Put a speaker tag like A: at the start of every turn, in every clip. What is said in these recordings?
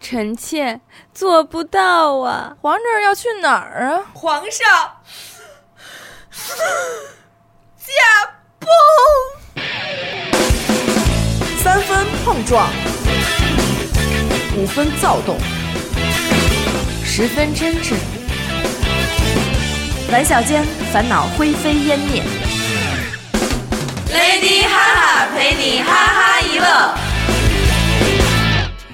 A: 臣妾做不到啊！
B: 皇这儿要去哪儿啊？
C: 皇上，驾崩！
D: 三分碰撞，五分躁动，
E: 十分真挚，
D: 玩笑间烦恼灰飞烟灭。
C: Lady 哈哈陪你哈哈一乐。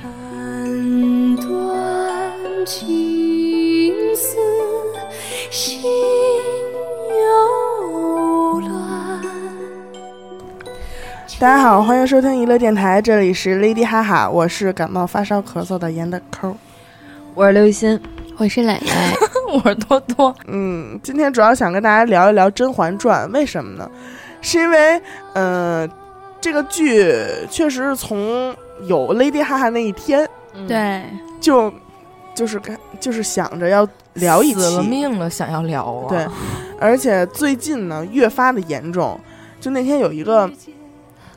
A: 斩断情丝，心犹乱。
F: 大家好，欢迎收听娱乐电台，这里是 Lady 哈哈，我是感冒发烧咳嗽的严的抠。
E: 我是刘雨欣，
A: 我是蕾蕾，
B: 我是多多，
F: 嗯，今天主要想跟大家聊一聊《甄嬛传》，为什么呢？是因为，呃，这个剧确实是从有 Lady 哈哈那一天
C: 嗯
A: 对，
F: 就就是跟就是想着要聊一
B: 死了
F: 期，
B: 命了，想要聊啊。
F: 对，而且最近呢越发的严重。就那天有一
B: 嗯
F: 个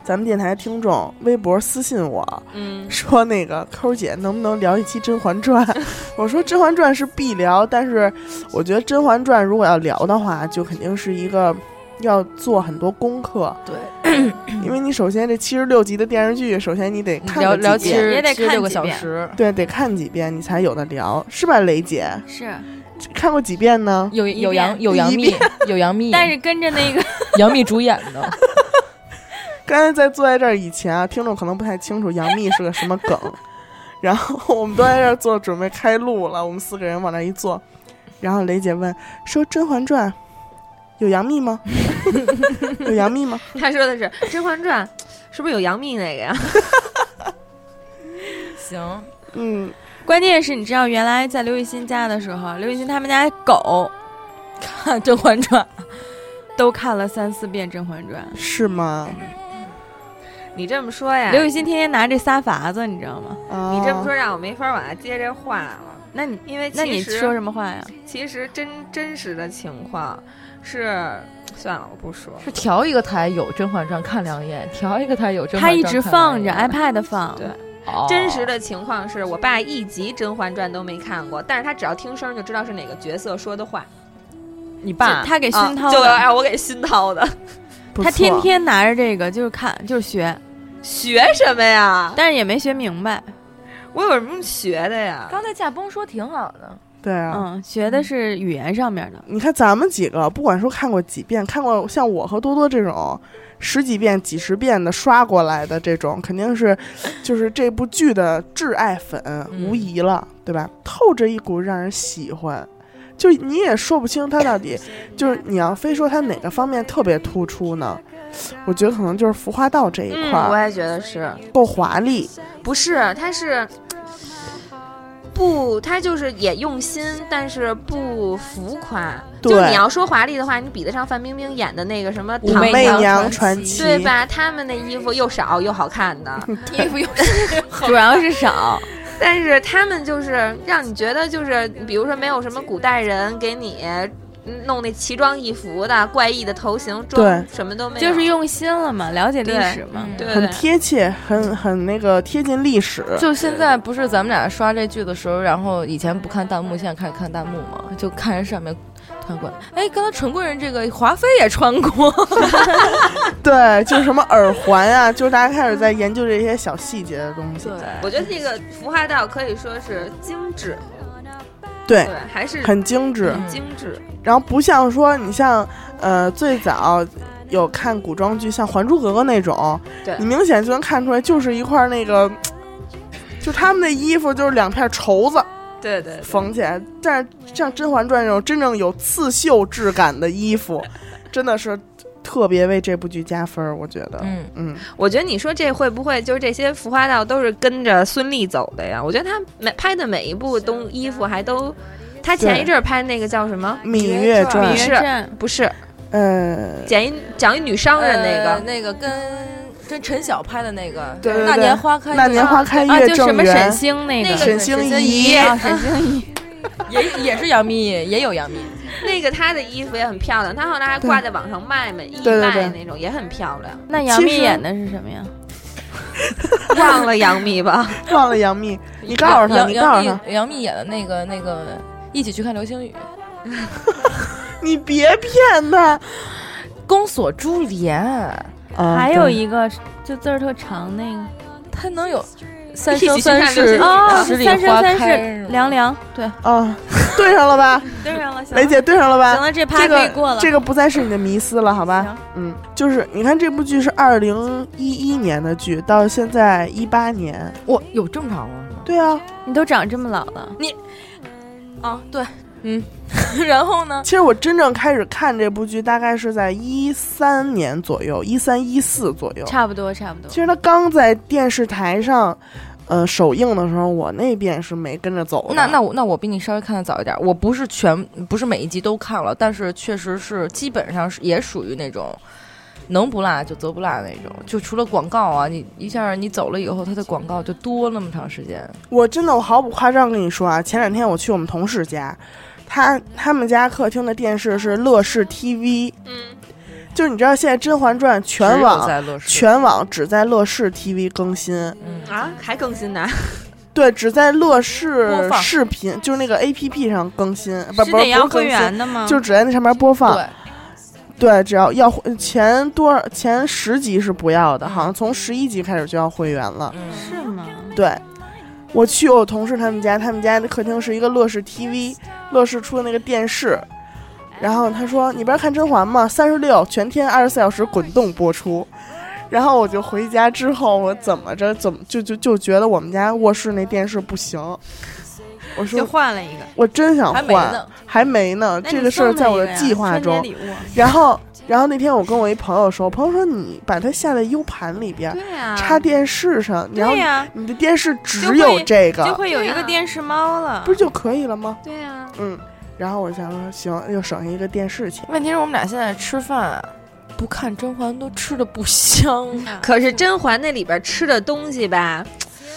F: 咱们电台听众微博私信我，
B: 嗯，
F: 说那个抠姐能不能聊一期《甄嬛传》？ 我说《甄嬛传》是必聊，但是我觉得《甄嬛传》如果要聊的话，就肯定是一个要做很多功课，
B: 对，
F: 因为你首先这七十六集的电视剧，首先你得看
B: 聊
F: 个几
B: 聊七
F: 遍
B: 十
A: 也得
B: 七十
A: 看
B: 六个
A: 几
B: 小
A: 遍
B: 时，
F: 对，得看几遍你才有的聊，是吧，雷姐？
A: 是，
F: 看过几遍呢？
B: 有有
A: 遍
B: 杨有杨
F: 一
B: 幂，有杨 幂，
A: 但是跟着那个
B: 杨幂主演的，
F: 刚才在坐在这儿以前啊，听众可能不太清楚杨幂是个什么梗， 然后我们都在这儿做准备开录了，我们四个人往那儿一坐，然后雷姐问说《甄嬛传》有杨幂 吗？有杨幂吗？
C: 他说的是《甄嬛传》，是不是有杨幂那个呀？
B: 行，
F: 嗯，
A: 关键是你知道，原来在刘雨欣家的时候，刘雨欣他们家狗
B: 看《甄嬛传
A: 都看了三四遍《甄嬛传
F: 是吗？
C: 你这么说呀》，，
A: 刘雨欣天天拿这仨法子，你知道吗？
F: 啊，
C: 你这么说让我没法往下接这话了，
A: 那你
C: 因为
A: 那你
C: 其
A: 说
C: 实
A: 什么话呀？
C: 其实真真实的情况是，算了，我不说》，
E: 是调一个台有《甄嬛传》看两眼，调一个台有《甄
A: 他
E: 嬛传》
A: 一直
E: 看
A: 放着
E: 两眼
A: iPad 放，
C: 对
E: 哦
C: 真实的情况是我爸一集《甄嬛传》都没看过，但是他只要听声就知道是哪个角色说的话，》，
B: 你爸
A: 就他给熏
C: 啊
A: 陶
C: 就
A: 的，
C: 让我给熏陶的。
F: 不错
A: 他天天拿着这个就是看就是学，
C: 学什么呀？
A: 但是也没学明白。
C: 我有什么学的呀？
E: 刚才驾崩说挺好的，
F: 对啊。
A: 嗯，学的是语言上面的。
F: 你看咱们几个，不管说看过几遍，看过像我和多多这种十几遍、几十遍的刷过来的这种，肯定是就是这部剧的挚爱粉、无疑了，对吧？透着一股让人喜欢，就你也说不清他到底，就是你要非说他哪个方面特别突出呢？我觉得可能就是服化道这一块
C: 嗯，我
F: 儿、
C: 也觉得是，
F: 够华丽，
C: 不是？他是不，他就是也用心，但是不浮夸。就
F: 对
C: 你要说华丽的话，你比得上范冰冰演的那个什么
F: 武
C: 唐
F: 媚
C: 唐
F: 娘
B: 传
F: 传
B: 奇
F: 奇，
C: 对吧？他们那衣服又少又好看的，
E: 衣服又
A: 主要是少，
C: 但是他们就是让你觉得就是，比如说没有什么古代人给你嗯弄那奇装异服的怪异的头型妆
F: 对，
C: 什么都没有，
A: 就是用心了嘛，了解历史嘛。
B: 嗯
C: 对对
F: 很贴切，很很那个贴近历史。
E: 就现在不是咱们俩刷这剧的时候，然后以前不看弹幕，现在开始看弹幕嘛，就看人上面突然过来，哎，刚才陈贵人这个华妃也穿过，
F: 对，就是什么耳环 啊，就是大家开始在研究这些小细节的东西。
C: 我觉得这个服化道可以说是精致，
F: 对
C: 对，，还是
F: 很精致。
E: 嗯
C: 精致。
F: 然后不像说你像呃最早有看古装剧，像《还珠格格》那种
C: 对，
F: 你明显就能看出来，就是一块那 个，就他们的衣服就是两片绸子
C: 对对对
F: 缝起来。但是像《甄嬛传》这种真正有刺绣质感的衣 服，真的是特别为这部剧加分儿，我觉得。
E: 嗯，
F: 嗯，
C: 我觉得你说这会不会就是这些服化道都是跟着孙俪走的呀？我觉得她每拍的每一部东衣服还都，她前一阵儿拍那个叫什么？
F: 《芈月传
A: 芈》
C: 是
A: 月传
C: 不是
F: 呃，
C: 讲一讲一女商人那
E: 呃
C: 个，
E: 那个跟跟陈晓拍的那个，
F: 对对
E: 那
F: 对
E: 年花开，
F: 那年花开
A: 啊，
F: 月
A: 就什
F: 正
A: 么
F: 圆
A: 沈。星那
E: 那
A: 个
E: 个
F: 沈
E: 星
F: 星
E: 怡
F: 怡
A: 啊，沈星怡，
E: 也也是杨幂，也有杨幂，
C: 那个她的衣服也很漂亮，她后来还挂在网上卖嘛，义
F: 对对
C: 卖
F: 对
C: 那种也很漂亮。
A: 那杨
F: 其
A: 幂
F: 实
A: 演的是什么呀？
C: 忘了杨幂 吧？
F: 忘了杨 幂，你告诉他，
E: 杨
F: 你告
E: 杨
F: 诉他，
E: 幂杨幂演的那个那个一起去看流星雨，
F: 你别骗他。
E: 宫锁珠帘，
F: 啊
A: 还有
F: 对
A: 一个就字儿特长那个
E: 她能有三
C: 一起
E: 生
C: 去
E: 三
C: 看流
E: 世啊
C: 星雨
A: 哦，
E: 十
A: 是
E: 里
A: 三生
E: 花
A: 三
E: 开
A: 世
E: 什么
A: 凉凉，
F: 啊，对上了吧，
A: 对上了，行
F: 梅
A: 了
F: 姐对上了吧
A: 行？了，这
F: 这
A: 趴可以
F: 个
A: 过了。
F: 这个不再是你的迷思了，好吧？嗯，就是你看这部剧是二零一一年的剧，到现在一八年，
E: 我有这么长吗？
F: 对啊。
A: 你都长这么老了，
F: 哦
E: 啊，对，嗯， 然后呢？
F: 其实我真正开始看这部剧大概是在一三年左右，一三一四左右。
A: 差不多差不多
F: 其。实它刚在电视台上，呃，首映的时候，我那边是没跟着走的。
E: 那那我那我比你稍微看的早一点，我不是全不是每一集都看了，但是确实是基本上是也属于那种能不落就则不落那种，就除了广告啊，你一下你走了以后，它的广告就多那么长时间，
F: 我真的，我毫不夸张跟你说啊，前两天我去我们同事家，他他们家客厅的电视是乐视 TV，
C: 嗯，
F: 就是你知道现在《甄嬛传》全
E: 只有
F: 网
E: 在乐视
F: 全网只在乐视 TV 更新，
E: 嗯
C: 啊，还更新呢？
F: 对，只在乐视
E: 播放
F: 视频就是那个 APP 上更新，不不
A: 是
F: 不
A: 得
F: 是
A: 要
F: 更
A: 会
F: 新，
A: 员的吗？
F: 就只在那上面播放。
E: 对，
F: 对，只要要前多少前十集是不要的，好像从十一集开始就要会员了。
E: 嗯，
A: 是吗？
F: 对，我去我同事他们家，他们家的客厅是一个乐视 TV，乐视出的那个电视。然后他说：“你不是看甄嬛吗？三十六全天二十四小时滚动播出。”然后我就回家之后，我怎么着怎么就就就觉得我们家卧室那电视不行，我
A: 就
F: 说
A: 换了一个。
F: 我真想
E: 还
F: 换，
E: 没呢，
F: 还没呢，
A: 那
F: 这
A: 你
F: 个事儿
A: 送
F: 在
A: 他
F: 我
A: 一
F: 的
A: 个呀
F: 计划
A: 春节
F: 中。
A: 礼物
F: 然后，然后那天我跟我一朋友说，我朋友说你把它下在 U 盘里边儿，
C: 对
A: 啊
C: 呀
F: 插电视上，然后
A: 对呀，
F: 你的电视只
A: 就
F: 有
A: 会
F: 这
A: 就
F: 个，
A: 会有一
C: 对
A: 个
C: 啊
A: 电视猫了
F: 不。是就可以了吗？
C: 对呀，
A: 啊
F: 嗯，然后我想说，行，又省下一个电视钱。
E: 问题是我们俩现在吃饭不看甄嬛都吃的不香，
A: 啊
C: 可是甄嬛那里边吃的东西 吧，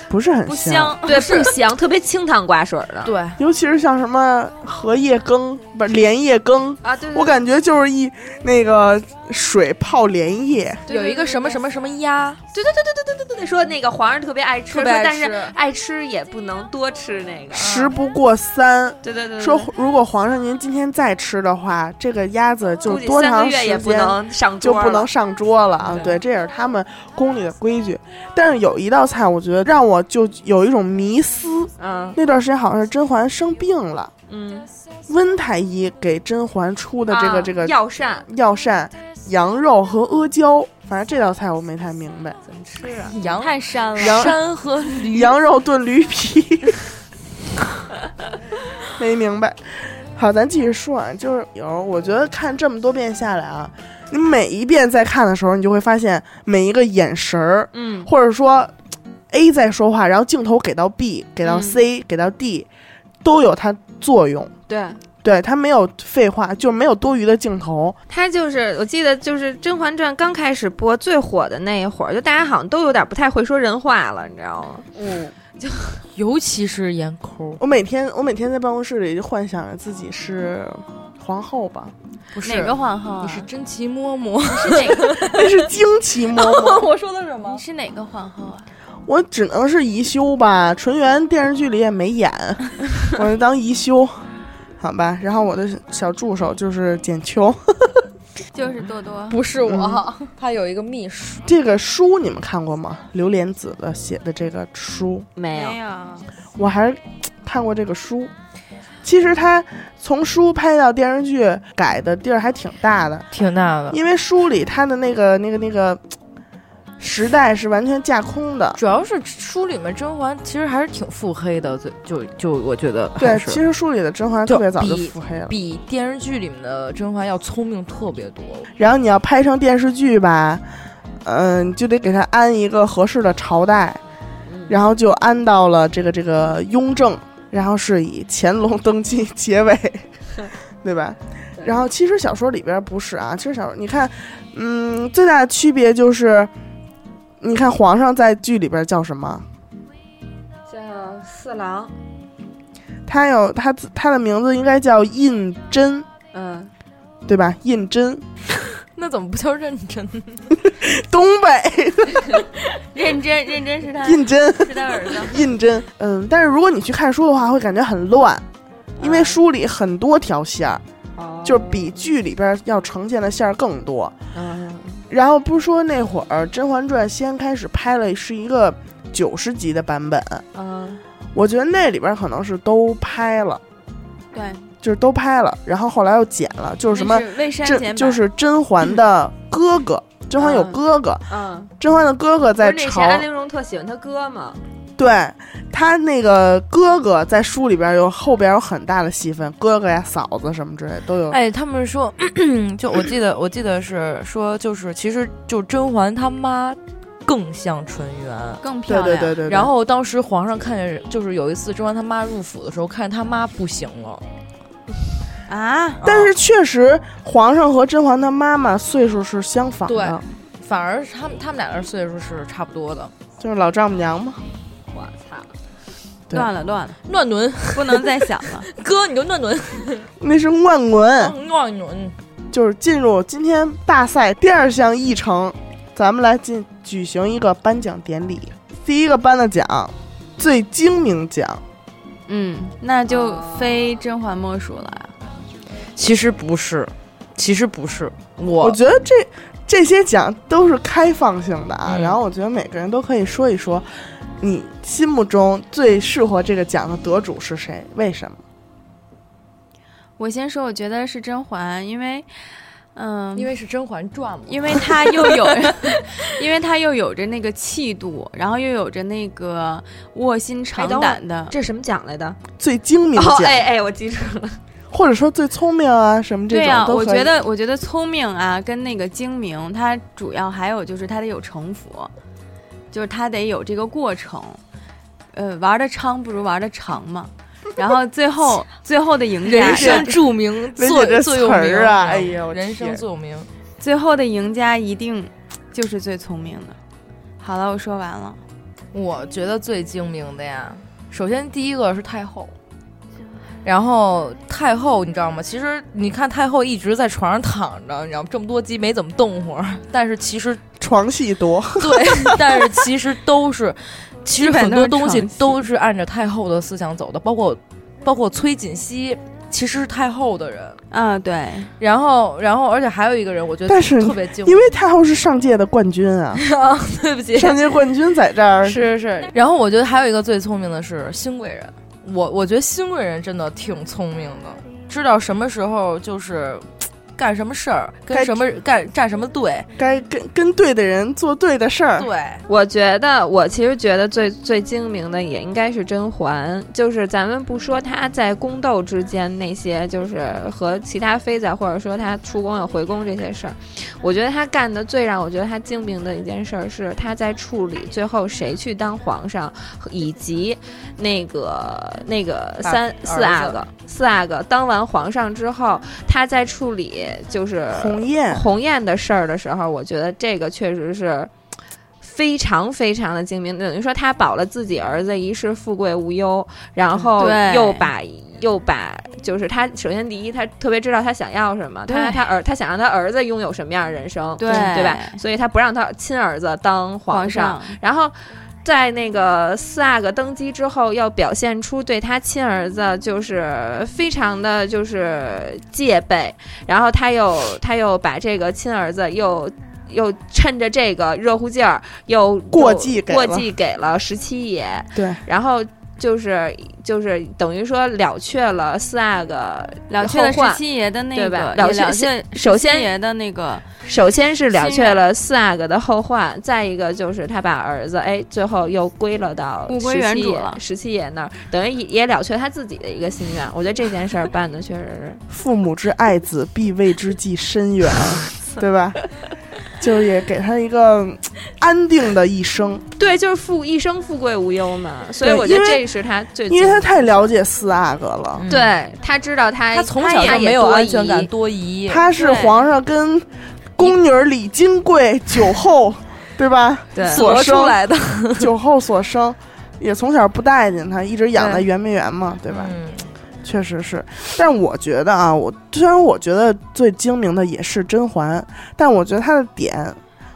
F: 不是很
A: 不香，
C: 对，不香，特别清汤寡水的。
E: 对，
F: 尤其是像什么荷叶羹，不是莲叶羹，
C: 啊，对，对
F: 我感觉就是一那个水泡莲叶，
C: 对
E: 有一个什么什么什么鸭，
C: 对对对对对对对对对，说那个皇上特别爱吃，
E: 特别爱
C: 说但是
E: 吃
C: 爱吃也不能多吃那个。
F: 食不过三。
C: 对对对，对
F: 说如果皇上您今天再吃的话，这个鸭子就
C: 估计
F: 多
C: 三个
F: 长时
C: 月
F: 间
C: 也不能上
F: 就
C: 桌
F: 不能
C: 了
F: 上桌了啊。对，这也是他们宫里的规矩。但是有一道菜，我觉得让我就有一种迷思。
C: 嗯
F: 那段时间好像是甄嬛生病了，
C: 嗯，
F: 温太医给甄嬛出的这个、
C: 啊
F: 这个
C: 药膳
F: 药膳，羊肉和阿胶，反正这道菜我没太明白。
C: 怎么吃啊？
E: 羊
A: 太膻了。
F: 羊
E: 山和驴，
F: 羊肉炖驴 皮，没明白。好，咱继续说啊，就是有，我觉得看这么多遍下来啊，你每一遍在看的时候，你就会发现每一个眼神儿，
C: 嗯，
F: 或者说 A 在说话，然后镜头给到 B，给到
C: 嗯
F: C，、给到 D，都有它作用。
C: 对。
F: 对，它没有废话，就没有多余的镜头。
C: 他就是，我记得就是《甄嬛传》刚开始播最火的那一会儿，就大家好像都有点不太会说人话了，你知道 吗？
F: 嗯，
E: 尤其是眼抠，
F: 我每天我每天在办公室里就幻想着自己是皇后吧，
E: 不是
A: 哪个皇后啊？
E: 你是珍奇嬷嬷，
A: 是哪个？
F: 那是惊奇嬷嬷。
E: 我说的什
A: 你？是哪个皇后啊？
F: 我只能是宜修吧，纯元电视剧里也没演，我就当宜修，好吧。然后我的小助手就是简秋。
A: 就是多多。
E: 不是我，
F: 嗯
E: 他有一个秘书，
F: 这个书你们看过吗？榴莲子的写的这个书，
C: 没有，
A: 有，
F: 我还是看过这个书。其实它从书拍到电视剧改的地儿还挺大的，
E: 挺大的，
F: 因为书里它的那个那个那个时代是完全架空的。
E: 主要是书里面甄嬛其实还是挺腹黑的，最就就我觉得
F: 对，
E: 还是
F: 其实书里的甄嬛
E: 就
F: 特别早就
E: 比
F: 腹黑了。
E: 比电视剧里面的甄嬛要聪明特别多。
F: 然后你要拍成电视剧吧，嗯、你就得给它安一个合适的朝代，然后就安到了这个这个雍正，然后是以乾隆登基结尾，对吧？然后其实小说里边不是啊，其实小说你看，嗯，最大的区别就是，你看皇上在剧里边叫什么？
C: 叫四郎，
F: 他有他自他的名字应该叫胤禛，
C: 嗯，
F: 对吧？胤禛，
E: 那怎么不叫认真？
F: 东北
A: 认真认真是 他
F: 印真
A: 是他儿子，
F: 印真，嗯，但是如果你去看书的话，会感觉很乱，因
A: 嗯
F: 为书里很多条线儿，
C: 哦
F: 就是比剧里边要呈现的线儿更多。
C: 嗯，
F: 然后不是说那会儿《甄嬛传》先开始拍了是一个九十集的版本，
C: 嗯，
F: 我觉得那里边可能是都拍了，
A: 对，
F: 就是都拍了，然后后来又剪了，就是什么
A: 那是未删
F: 甄
A: 减
F: 就
A: 版
F: 是甄嬛的哥哥，甄嬛有哥哥，
C: 嗯，
F: 甄嬛的哥哥
C: 不
F: 在
C: 是那
F: 朝
C: 谁，安陵容特喜欢他哥嘛？
F: 对他那个哥哥在书里边有后边有很大的戏份，哥哥呀、嫂子什么之类的都有。
E: 哎，他们说， 就我记得，我记得是说，就是其实就甄嬛她妈更像纯元。
A: 更漂
F: 对
A: 亮。
F: 对对对对。
E: 然后当时皇上看见，就是有一次甄嬛她妈入府的时候，看见她妈不行了，
A: 啊，
F: 但是确实，皇上和甄嬛她妈妈岁数是相仿的，
E: 反而他们他们俩人岁数是差不多的。
F: 就是老丈母娘嘛。
C: 我操！
F: 对
A: 乱了乱了，
E: 乱伦
A: 不能再想 了。
E: 哥，你就乱伦，
F: 那是乱
E: 嗯
C: 嗯
F: 伦，
E: 乱伦。
F: 就是进入今天大赛第二项议程，咱们来进举行一个颁奖典礼。第一个颁的奖，最精明奖，
A: 嗯，那就非甄嬛莫属了。
E: 其实不是，其实不是，
F: 我
E: 我
F: 觉得这这些奖都是开放性的啊。
E: 嗯
F: 然后我觉得每个人都可以说一说，你心目中最适合这个奖的得主是谁？为什么？
A: 我先说，我觉得是甄嬛，因为，嗯，
E: 因为是《甄嬛传》嘛，
A: 因为她又 有，因为她又有着那个气度，然后又有着那个卧薪
F: 哎
A: 尝胆的。
C: 这什么奖来的？
F: 最精明
C: 哦
F: 奖，，
C: 哎哎，我记住 了，
F: 或者说最聪明啊，什么这
A: 对
F: 种
A: 呀、
F: 都可
A: 我
F: 以。
A: 觉得，我觉得聪明啊，跟那个精明，它主要还有就是它得有城府，就是它得有这个过程。呃，玩的昌不如玩的长嘛。然后最后最后的赢家
E: 人生著名嗯
F: 人
E: 座
F: 家这
E: 座右
F: 词
E: 铭
F: 儿啊哎呀我
E: 人生
F: 天
E: 座右铭。
A: 最后的赢家一定就是最聪明的。好了，我说完了。
E: 我觉得最精明的呀，首先第一个是太后，然后太后你知道吗？其实你看太后一直在床上躺着，你知道吗？这么多集没怎么动活儿，但是其实
F: 床戏多，
E: 对，但是其实都是，其实
A: 基本
E: 很
A: 都
E: 多
A: 是
E: 东西
A: 床戏
E: 都是按着太后的思想走的，包括包括崔槿汐，其实是太后的人。
A: 啊，对，
E: 然后，然后，而且还有一个人，我觉得
F: 但是
E: 特别精
F: 因为太后是上届的冠军 啊，
E: 明
C: 哦
E: 啊，对不起，
F: 上届冠军在这儿。
E: 是是，然后我觉得还有一个最聪明的是新贵人，我我觉得新贵人真的挺聪明的，知道什么时候就是嘖干什么事儿，跟
F: 该
E: 什么干站什么队，
F: 该跟跟对的人做对的事儿，
E: 对，
C: 我觉得，我其实觉得最最精明的也应该是甄嬛，就是咱们不说她在宫斗之间那些，就是和其他妃子，或者说她出宫有回宫这些事儿，我觉得她干的最让我觉得她精明的一件事儿是她在处理最后谁去当皇上，以及那个 那个
E: 大
C: 三
E: 儿子
C: 四阿哥四阿哥当完皇上之后，她在处理就是
F: 鸿雁
C: 鸿雁的事儿的时候，我觉得这个确实是非常非常的精明，等于说他保了自己儿子一世富贵无忧，然
A: 嗯
C: 后
A: 对
C: 又把又把就是他首先第一，他特别知道他想要什么，他
A: 对
C: 他儿他想让他儿子拥有什么样的人生，
A: 对
C: 对吧？所以他不让他亲儿子当
A: 皇
C: 上然后在那个四阿哥登基之后，要表现出对他亲儿子就是非常的就是戒备，然后他又他又把这个亲儿子又。又趁着这个热乎劲儿，又
F: 过继给
C: 过
F: 了
C: 继给了十七爷，
F: 对，
C: 然后就是就是等于说了却了四阿哥
A: 了却了
C: 后患
A: 十七爷的那个，
C: 对吧
A: 也
C: 了却
A: 了却
C: 首先
A: 十七爷的那个，
C: 首先是了
A: 信
C: 却
A: 任
C: 了四阿哥的后患，再一个就是他把儿子哎，最后又归了到
A: 物归原
C: 十七
A: 主
C: 爷
A: 了
C: 十七爷那儿，等于也也了却他自己的一个心愿。我觉得这件事儿办的确实是，
F: 父母之爱子，必为之计深 远，对吧？就是也给他一个嗯安定的一生，
C: 对，就是富一生富贵无忧嘛。所以
F: 对
C: 我觉得
F: 因为
C: 这是他最
F: 因为他
C: 精
F: 太了解四阿哥了，
E: 嗯，
C: 对他知道他
E: 他从小
C: 也
E: 就没有
C: 多
E: 安全
C: 疑
E: 感，多疑，
F: 他是
A: 对
F: 皇上跟宫女儿李金贵酒后，对吧？
C: 对
F: 所
E: 所
F: 生
E: 出来的，
F: 酒后所生，也从小不待见他，一直养在圆明园嘛，对吧？
E: 嗯，
F: 确实是。但我觉得啊，我虽然我觉得最精明的也是甄嬛，但我觉得她的点，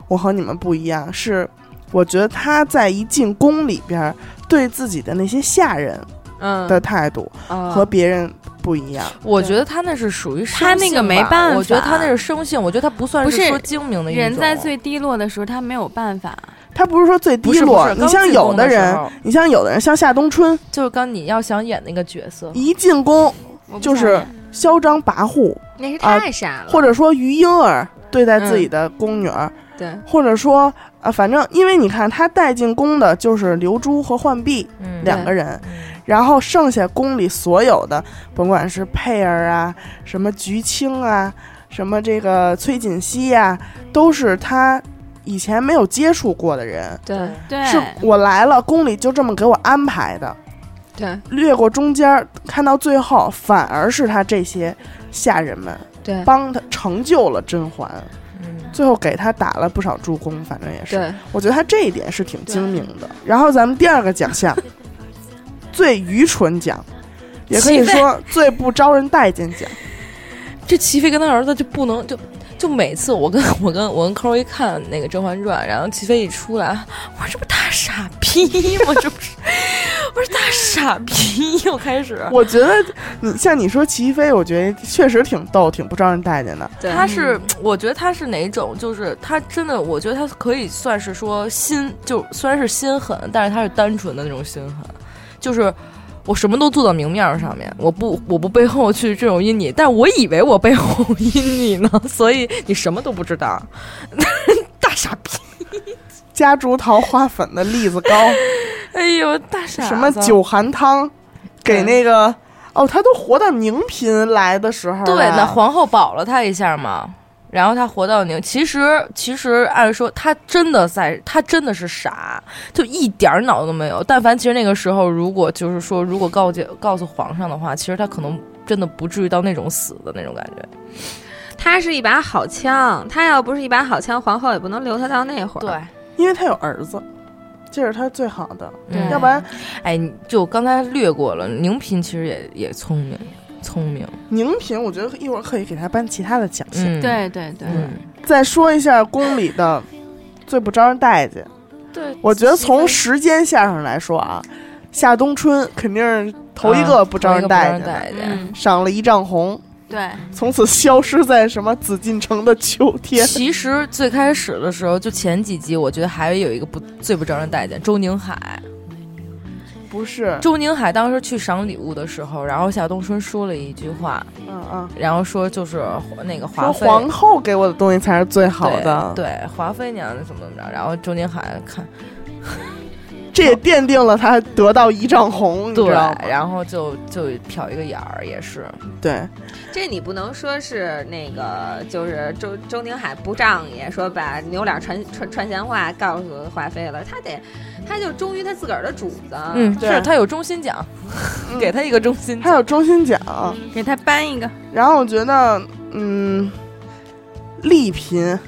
F: 我和你们不一样，是我觉得她在一进宫里边儿对自己的那些下人
C: 嗯
F: 的态度
E: 嗯
F: 和别人不一样。
E: 我觉得他那是属于生
A: 他那个
E: 性
A: 没
E: 吧
A: 办
E: 我觉得
A: 法
E: 他那是生性，我觉得他不算
A: 不是
E: 说精明的一种。
A: 人在最低落的时候，他没有办法。
F: 她不是说最
E: 不
F: 低
E: 是啊不
F: 落，
E: 是
F: 你像有
E: 的
F: 的人，你像有的人像夏冬春，
E: 就是刚你要想演那个角色，
F: 一进宫
A: 我不
F: 就是
A: 想演
F: 嚣张跋扈，
C: 那是
E: 啊
C: 太傻了，嗯
F: 或者说于莺儿对待自己的宫女儿，
C: 对
F: 或者说啊，反正因为你看她带进宫的就是刘珠和浣碧
E: 嗯，
F: 两个人，
E: 嗯
F: 然后剩下宫里所有的，甭管是佩儿啊，什么菊青啊，什么这个崔槿汐呀，都是她以前没有接触过的人，
C: 对
A: 对，
F: 是我来了，宫里就这么给我安排的。
C: 对
F: 略过中间儿，看到最后，反而是他这些下人们
C: 对
F: 帮他成就了甄嬛，
E: 嗯
F: 最后给他打了不少助攻，反正也是。
C: 对，
F: 我觉得他这一点是挺精明的。然后咱们第二个奖 项，最愚蠢奖，也可以说最不招人待见 奖。
B: 这齐飞跟他儿子就不能就就每次我跟我跟我跟抠儿一看那个《甄嬛传》，然后齐飞一出来，我说这不大傻逼吗？这不是，我说大傻逼，又开始。
F: 我觉得你像你说齐飞，我觉得确实挺逗，挺不招人待见的。
C: 对
E: 他是，我觉得他是哪种？就是他真的，我觉得他可以算是说心，就虽然是心狠，但是他是单纯的那种心狠，就是我什么都做到明面儿上面，我不我不背后去这种阴你，但我以为我背后阴你呢，所以你什么都不知道， 大傻逼！
F: 夹竹桃花粉的栗子糕，
E: 哎呦，大傻
F: 什么
E: 子
F: 酒寒汤，给那个哦，他都活到宁嫔来的时候了。
E: 对，那皇后保了他一下嘛，然后他活到宁。其实，其实按说他真的在，他真的是傻，就一点儿脑子都没有。但凡其实那个时候，如果就是说，如果告诫告诉皇上的话，其实他可能真的不至于到那种死的那种感觉。
C: 他是一把好枪，他要不是一把好枪，皇后也不能留他到那会儿。，
F: 因为他有儿子，这是他最好的。
E: 嗯
F: 要不然
E: 哎，你就刚才略过了。宁嫔其实也也聪明，聪明。
F: 宁嫔，我觉得一会儿可以给他颁其他的奖项。
E: 嗯，，
A: 对对对，
E: 嗯，
F: 再说一下宫里的最不招人待见。
B: 对，
F: 我觉得从时间线上来说啊，夏冬春肯定是头一
E: 啊
F: 个不招人待见的，
E: 见的。
A: 嗯，
F: 赏了一丈红，
A: 对，
F: 从此消失在什么紫禁城的秋天。
E: 其实最开始的时候，就前几集，我觉得还有一个不最不招人待见，周宁海。
F: 不是，
E: 周宁海当时去赏礼物的时候，然后夏冬春说了一句话，
F: 嗯嗯，
E: 然后说就是那个华
F: 说
E: 妃
F: 皇后给我的东西才是最好的，
E: 对对华妃娘娘怎么怎么着，然后周宁海看
F: 这也奠定了他得到一丈红，你
E: 对啊
F: 知道吗，？
E: 然后就就瞟一个眼儿，也是
F: 对，
C: 这你不能说是那个，就是周周宁海不仗义，说把牛脸传传传闲话告诉华妃了，他得，他就忠于他自个儿的主子。
E: 嗯，
F: 对嗯
E: 是他有忠心奖，给他一个忠心
F: 还
E: 奖，
F: 有中心奖，
A: 给他颁一个，
F: 然后我觉得，嗯，丽嫔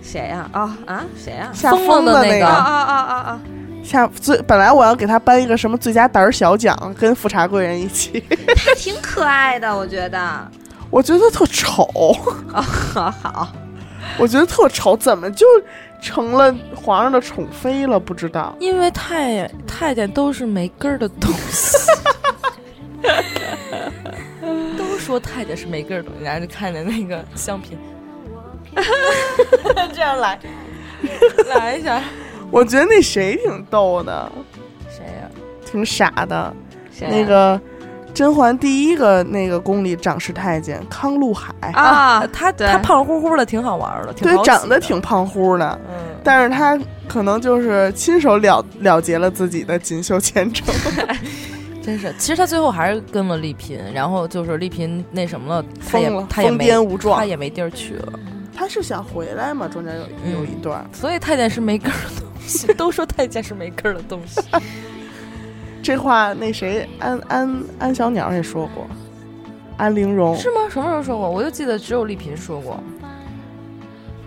C: 谁呀、啊？哦啊，谁呀、
F: 下
E: 疯了
F: 疯
E: 的
F: 那
E: 那个
C: 啊？
F: 个
C: 啊啊啊啊！
F: 下最本来我要给她颁一个什么最佳胆儿小奖，跟富察贵人一起，
C: 他挺可爱的，我觉得。
F: 我觉得特丑，
E: 啊
C: 好好，
F: 我觉得特丑，怎么就成了皇上的宠妃了？不知道，
E: 因为太太监都是没根儿的东 西。都说太监是没根儿的东西，然后就看见那个香嫔， 这样来来一下，
F: 我觉得那谁挺逗的，
E: 谁呀、
F: 挺傻的，
C: 谁呀
F: 那个。甄嬛第一个那个宫里长侍太监康禄海，
C: 啊，
E: 他
C: 对
E: 他胖乎乎的，挺好玩儿的，挺
F: 对
E: 讨，喜
F: 长
E: 的
F: 得挺胖乎的，
E: 嗯，
F: 但是他可能就是亲手了了结了自己的锦绣前程。
E: 真是。其实他最后还是跟了丽嫔，然后就是丽嫔那什么了， 他
F: 疯
E: 也
F: 了
E: 他也
F: 疯
E: 没
F: 癫无状
E: 他也没地儿去了。
F: 他是想回来嘛？中间有
E: 嗯
F: 有一段，
E: 所以太监是没根儿的东西， 都说太监是没根儿的东西。
F: 这话那谁安安安小鸟也说过，安陵容
E: 是吗？什么时候说过？我就记得只有丽嫔说过。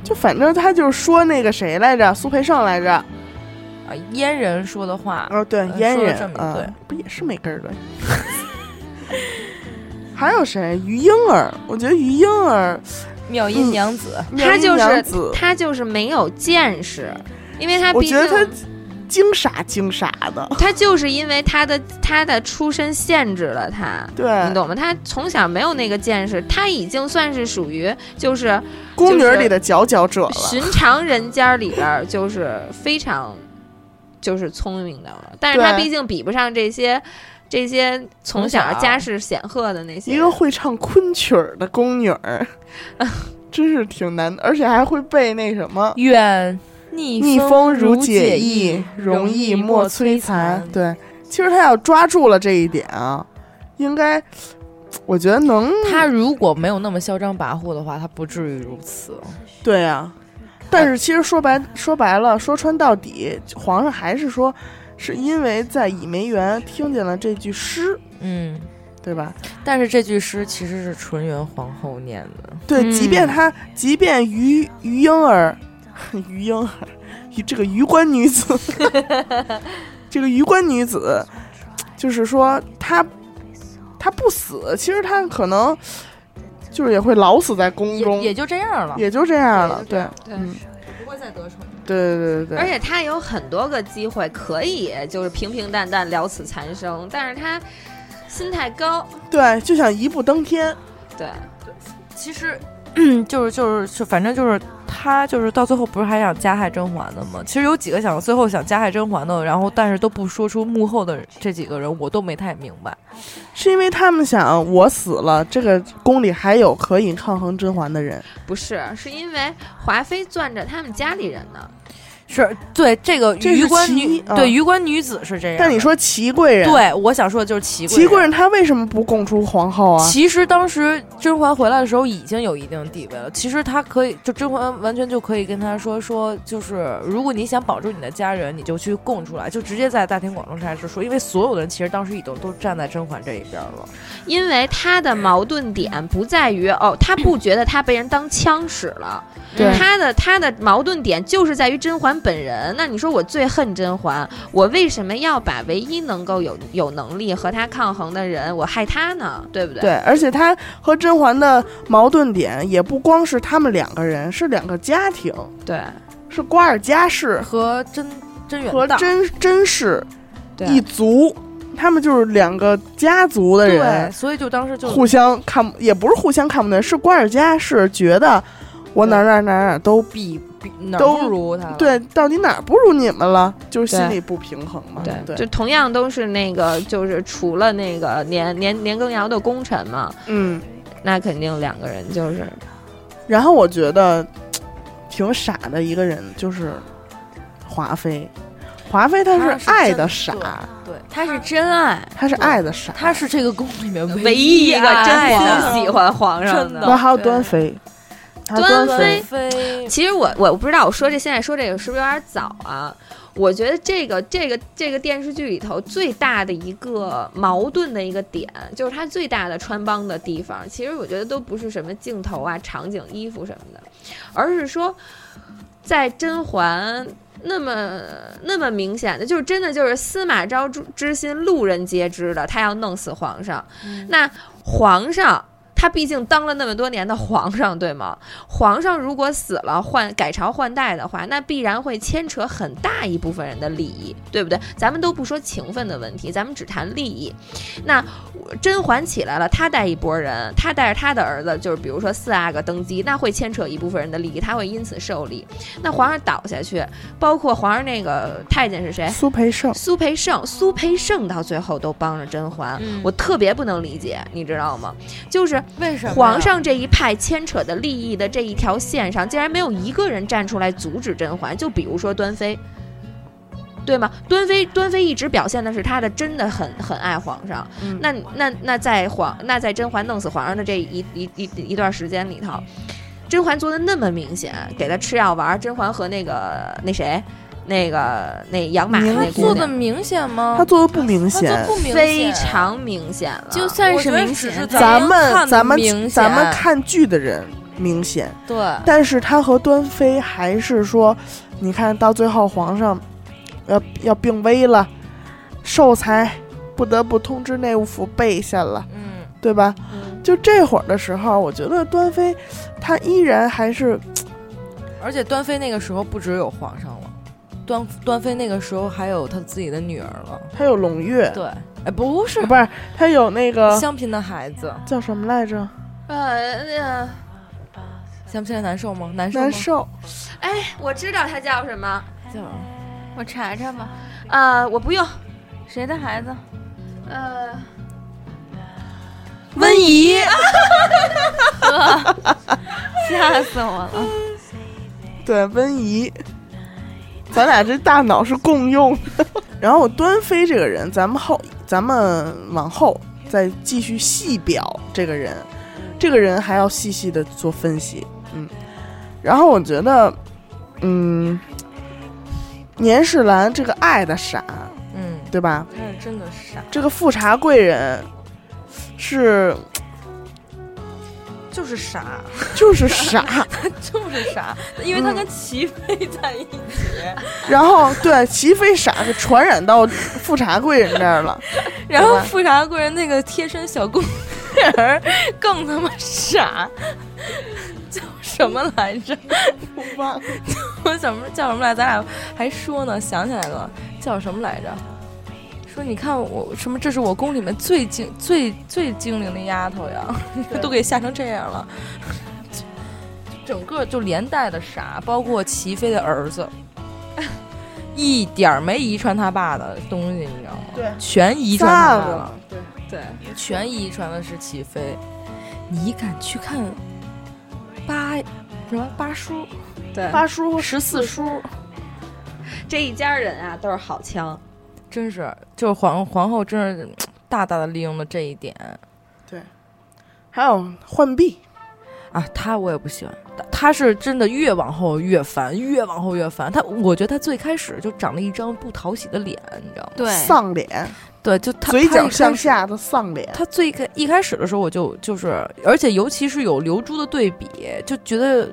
F: 就反正他就是说那个谁来着，苏培盛来着。
E: 啊，阉人说的话，
F: 哦，对，
E: 嗯
F: 阉
E: 说得
F: 人
E: 这么
F: 啊，
E: 对
F: 不也是没根儿的？还有谁？于莺儿，我觉得于莺儿，
E: 妙
F: 嗯
E: 音娘子，
C: 他
F: 妙音
C: 就
F: 娘
C: 是
F: 子
C: 他就是没有见识，因为他
F: 我
C: 毕
F: 觉得
C: 竟
F: 他精傻精傻的，
C: 他就是因为他的他的出身限制了他。你
F: 对，
C: 懂吗？他从小没有那个见识，他已经算是属于就是
F: 宫女儿里的佼佼者了。
C: 寻常人家里边儿就是非常就是聪明的了，但是
F: 对
C: 他毕竟比不上这些这些从小家世显赫的那些
F: 一
C: 人。
F: 个会唱昆曲儿的宫女儿，真是挺难的，而且还会背那什么
E: 愿逆
F: 逆风如解
E: 意
F: 意，，容易莫摧残。
E: 对，
F: 对，其实他要抓住了这一点啊，应该，我觉得能，
E: 他如果没有那么嚣张跋扈的话，他不至于如此。
F: 对啊。但是其实说白说白了，说穿到底，皇上还是说，是因为在倚梅园听见了这句诗，
E: 嗯，
F: 对吧？
E: 但是这句诗其实是纯元皇后念的，
F: 对，
C: 嗯
F: 即便他，即便于于莺儿， 于莺儿，于这个于官女子， 这个于官女子，就是说她，她不死，其实她可能就是也会老死在宫中，
E: 也也
F: 也
E: 就这样了。
F: 就这样了。对，
C: 对
F: 嗯，
E: 不会再得逞。
F: 对对对对
C: 而
F: 对，
C: 且他有很多个机会可以就是平平淡淡了此残生，但是他心太高，
F: 对，就想一步登天。
C: 对，
E: 其实， 嗯，就是就是就，反正就是他就是到最后不是还想加害甄嬛的吗？其实有几个想最后想加害甄嬛的，然后但是都不说出幕后的这几个人，我都没太明白。
F: 是因为他们想，我死了，这个宫里还有可以抗衡甄嬛的人。
C: 不是是因为华妃攥着他们家里人呢，
E: 是对这个
F: 这是
E: 鱼官
F: 其
E: 女
F: 一，啊
E: 对鱼官女子是这样的。
F: 但你说祺贵人，，
E: 对，我想说的就是祺
F: 祺贵
E: 人。
F: 人他为什么不供出皇后啊？
E: 其实当时甄嬛回来的时候已经有一定地位了，其实她可以，就甄嬛完全就可以跟她说说，就是如果你想保住你的家人，你就去供出来，就直接在大庭广众之下就说，因为所有的人其实当时已经都站在甄嬛这一边了。
C: 因为他的矛盾点不在于哦，他不觉得他被人当枪使了，
F: 对
C: 他的他的矛盾点就是在于甄嬛本人。那你说我最恨甄嬛，我为什么要把唯一能够有有能力和他抗衡的人，我害他呢？对不对？
F: 对，而且他和甄嬛的矛盾点也不光是他们两个人，是两个家庭，
C: 对
F: 是瓜尔佳氏
E: 和甄甄远
F: 和
E: 道，
F: 甄甄氏
C: 对
F: 一族，他们就是两个家族的
E: 对，
F: 人，
E: 所以就当时就
F: 互相看也不是互相看不对，是瓜尔佳氏觉得我哪儿哪儿哪儿哪儿都
E: 比比哪儿
F: 都
E: 不如她了。
F: 对，到底哪儿不如你们了，就是心
C: 对
F: 里不平衡嘛。
C: 对
F: 对，
C: 就同样都是那个，就是除了那个年年年羹尧的功臣嘛，
F: 嗯。
C: 那肯定两个人就是
F: 然后我觉得挺傻的一个人就是华妃，华妃她
E: 她
F: 是
E: 是
F: 爱
E: 真
F: 的
E: 的
F: 傻，
E: 对，
A: 他是真爱，
F: 她是爱的傻，
E: 她是这个宫里面
C: 唯一一个真心喜欢皇上
E: 真
C: 的
E: 的
F: 然后还有端妃，还有
C: 端
F: 端
C: 妃
F: 妃，
E: 妃
C: 其实我我不知道，我说这现在说这个是不是有点早啊？我觉得这个这个这个电视剧里头最大的一个矛盾的一个点，就是它最大的穿帮的地方，其实我觉得都不是什么镜头啊、场景、衣服什么的，而是说在甄嬛。那么那么明显的，就是真的就是司马昭之之心，路人皆知的，他要弄死皇上。
A: 嗯
C: 那皇上他毕竟当了那么多年的皇上，对吗？皇上如果死了，换改朝换代的话，那必然会牵扯很大一部分人的利益，对不对？咱们都不说情分的问题，咱们只谈利益。那甄嬛起来了，她带一拨人，她带着她的儿子，就是比如说四阿哥登基，那会牵扯一部分人的利益，他会因此受利。那皇上倒下去，包括皇上那个太监是谁？
F: 苏培盛，
C: 苏培盛，苏培盛到最后都帮着甄嬛，
A: 嗯
C: 我特别不能理解，你知道吗？就是
E: 为什么呀
C: 皇上这一派牵扯的利益的这一条线上，竟然没有一个人站出来阻止甄嬛。就比如说端妃，对吗？端妃，端妃一直表现的是她的真的很很爱皇上。
E: 嗯
C: 那那那在皇那在甄嬛弄死皇上的这一一一一段时间里头，甄嬛做的那么明显，给她吃药丸儿。甄嬛和那个那谁，那个那养马的
F: 明
C: 那
F: 妃
C: 姑
E: 做的
C: 娘，
E: 明显吗？
F: 她做的不明
E: 她做
F: 显。
E: 不明显，
C: 非常明显了。
A: 就算
E: 我
A: 是
E: 觉得
A: 明
E: 只
A: 显她
E: 是，在
F: 咱们
E: 看
F: 咱们
E: 明显
F: 咱们看剧的人明显，
E: 对。
F: 但是她和端妃还是说，你看到最后皇上要要病危了，寿材不得不通知内务府备下了，
E: 嗯，
F: 对吧？
C: 嗯
F: 就这会儿的时候，我觉得端妃她依然还是
E: 而且端妃那个时候不只有皇上了，端端妃那个时候还有她自己的女儿了。
F: 她有胧月，
E: 对，哎，不是呃
F: 啊不是她有那个
E: 香嫔的孩子，
F: 叫什么来着？
C: 呃，那个
E: 香嫔的难受吗？难受吗
F: 难？受，
C: 哎，我知道他叫什么，
E: 叫
A: 我查查吧，
C: 呃，我不用，
A: 谁的孩子？
C: 呃，
E: 温宜，
A: 吓死我了！
F: 对，温宜，咱俩这大脑是共 用的。然后端妃这个人，咱们后咱们往后再继续细表这个人，这个人还要细细的做分析，嗯。然后我觉得，嗯，年世兰这个爱的傻，
E: 嗯，
F: 对吧？
E: 她是真的傻，
F: 这个富察贵人是
E: 就是 傻，
F: 就是 傻，
E: 就是傻，因为她跟齐妃在一起，
F: 然后对齐妃傻是传染到富察贵人这儿了，
E: 然
F: 对
E: 后
F: 吧
E: 富察贵人那个贴身小宫女儿 更他妈傻，叫什么来着？
F: 我忘了
E: 我怎么叫什么来？咱俩还说呢，想起来了，叫什么来着？说你看我什么？这是我宫里面最精、最最精灵的丫头呀，都给吓成这样了。整个就连带的傻，包括齐妃的 儿子，一点儿没遗传他爸的东西，你知道吗？
F: 对
E: 全遗传他
F: 散
E: 爸了
F: 了。，对，
C: 对，
E: 全遗传的是齐飞。你敢去看八什么八叔
C: 对，
F: 八叔和
E: 十四叔？
C: 这一家人啊都是好枪，
E: 真是，就是皇皇后真是大大的利用了这一点
F: 还有浣碧，
E: 啊！她我也不喜欢，她她是真的越往后越烦，越往后越烦。她我觉得她最开始就长了一张不讨喜的脸，你知道吗？
A: 对，
F: 丧脸，
E: 对，就她
F: 嘴角
E: 下。她一开
F: 向
E: 始
F: 下的丧脸，
E: 他最开一开始的时候，我就就是，而且尤其是有流珠的对比，就觉得嘖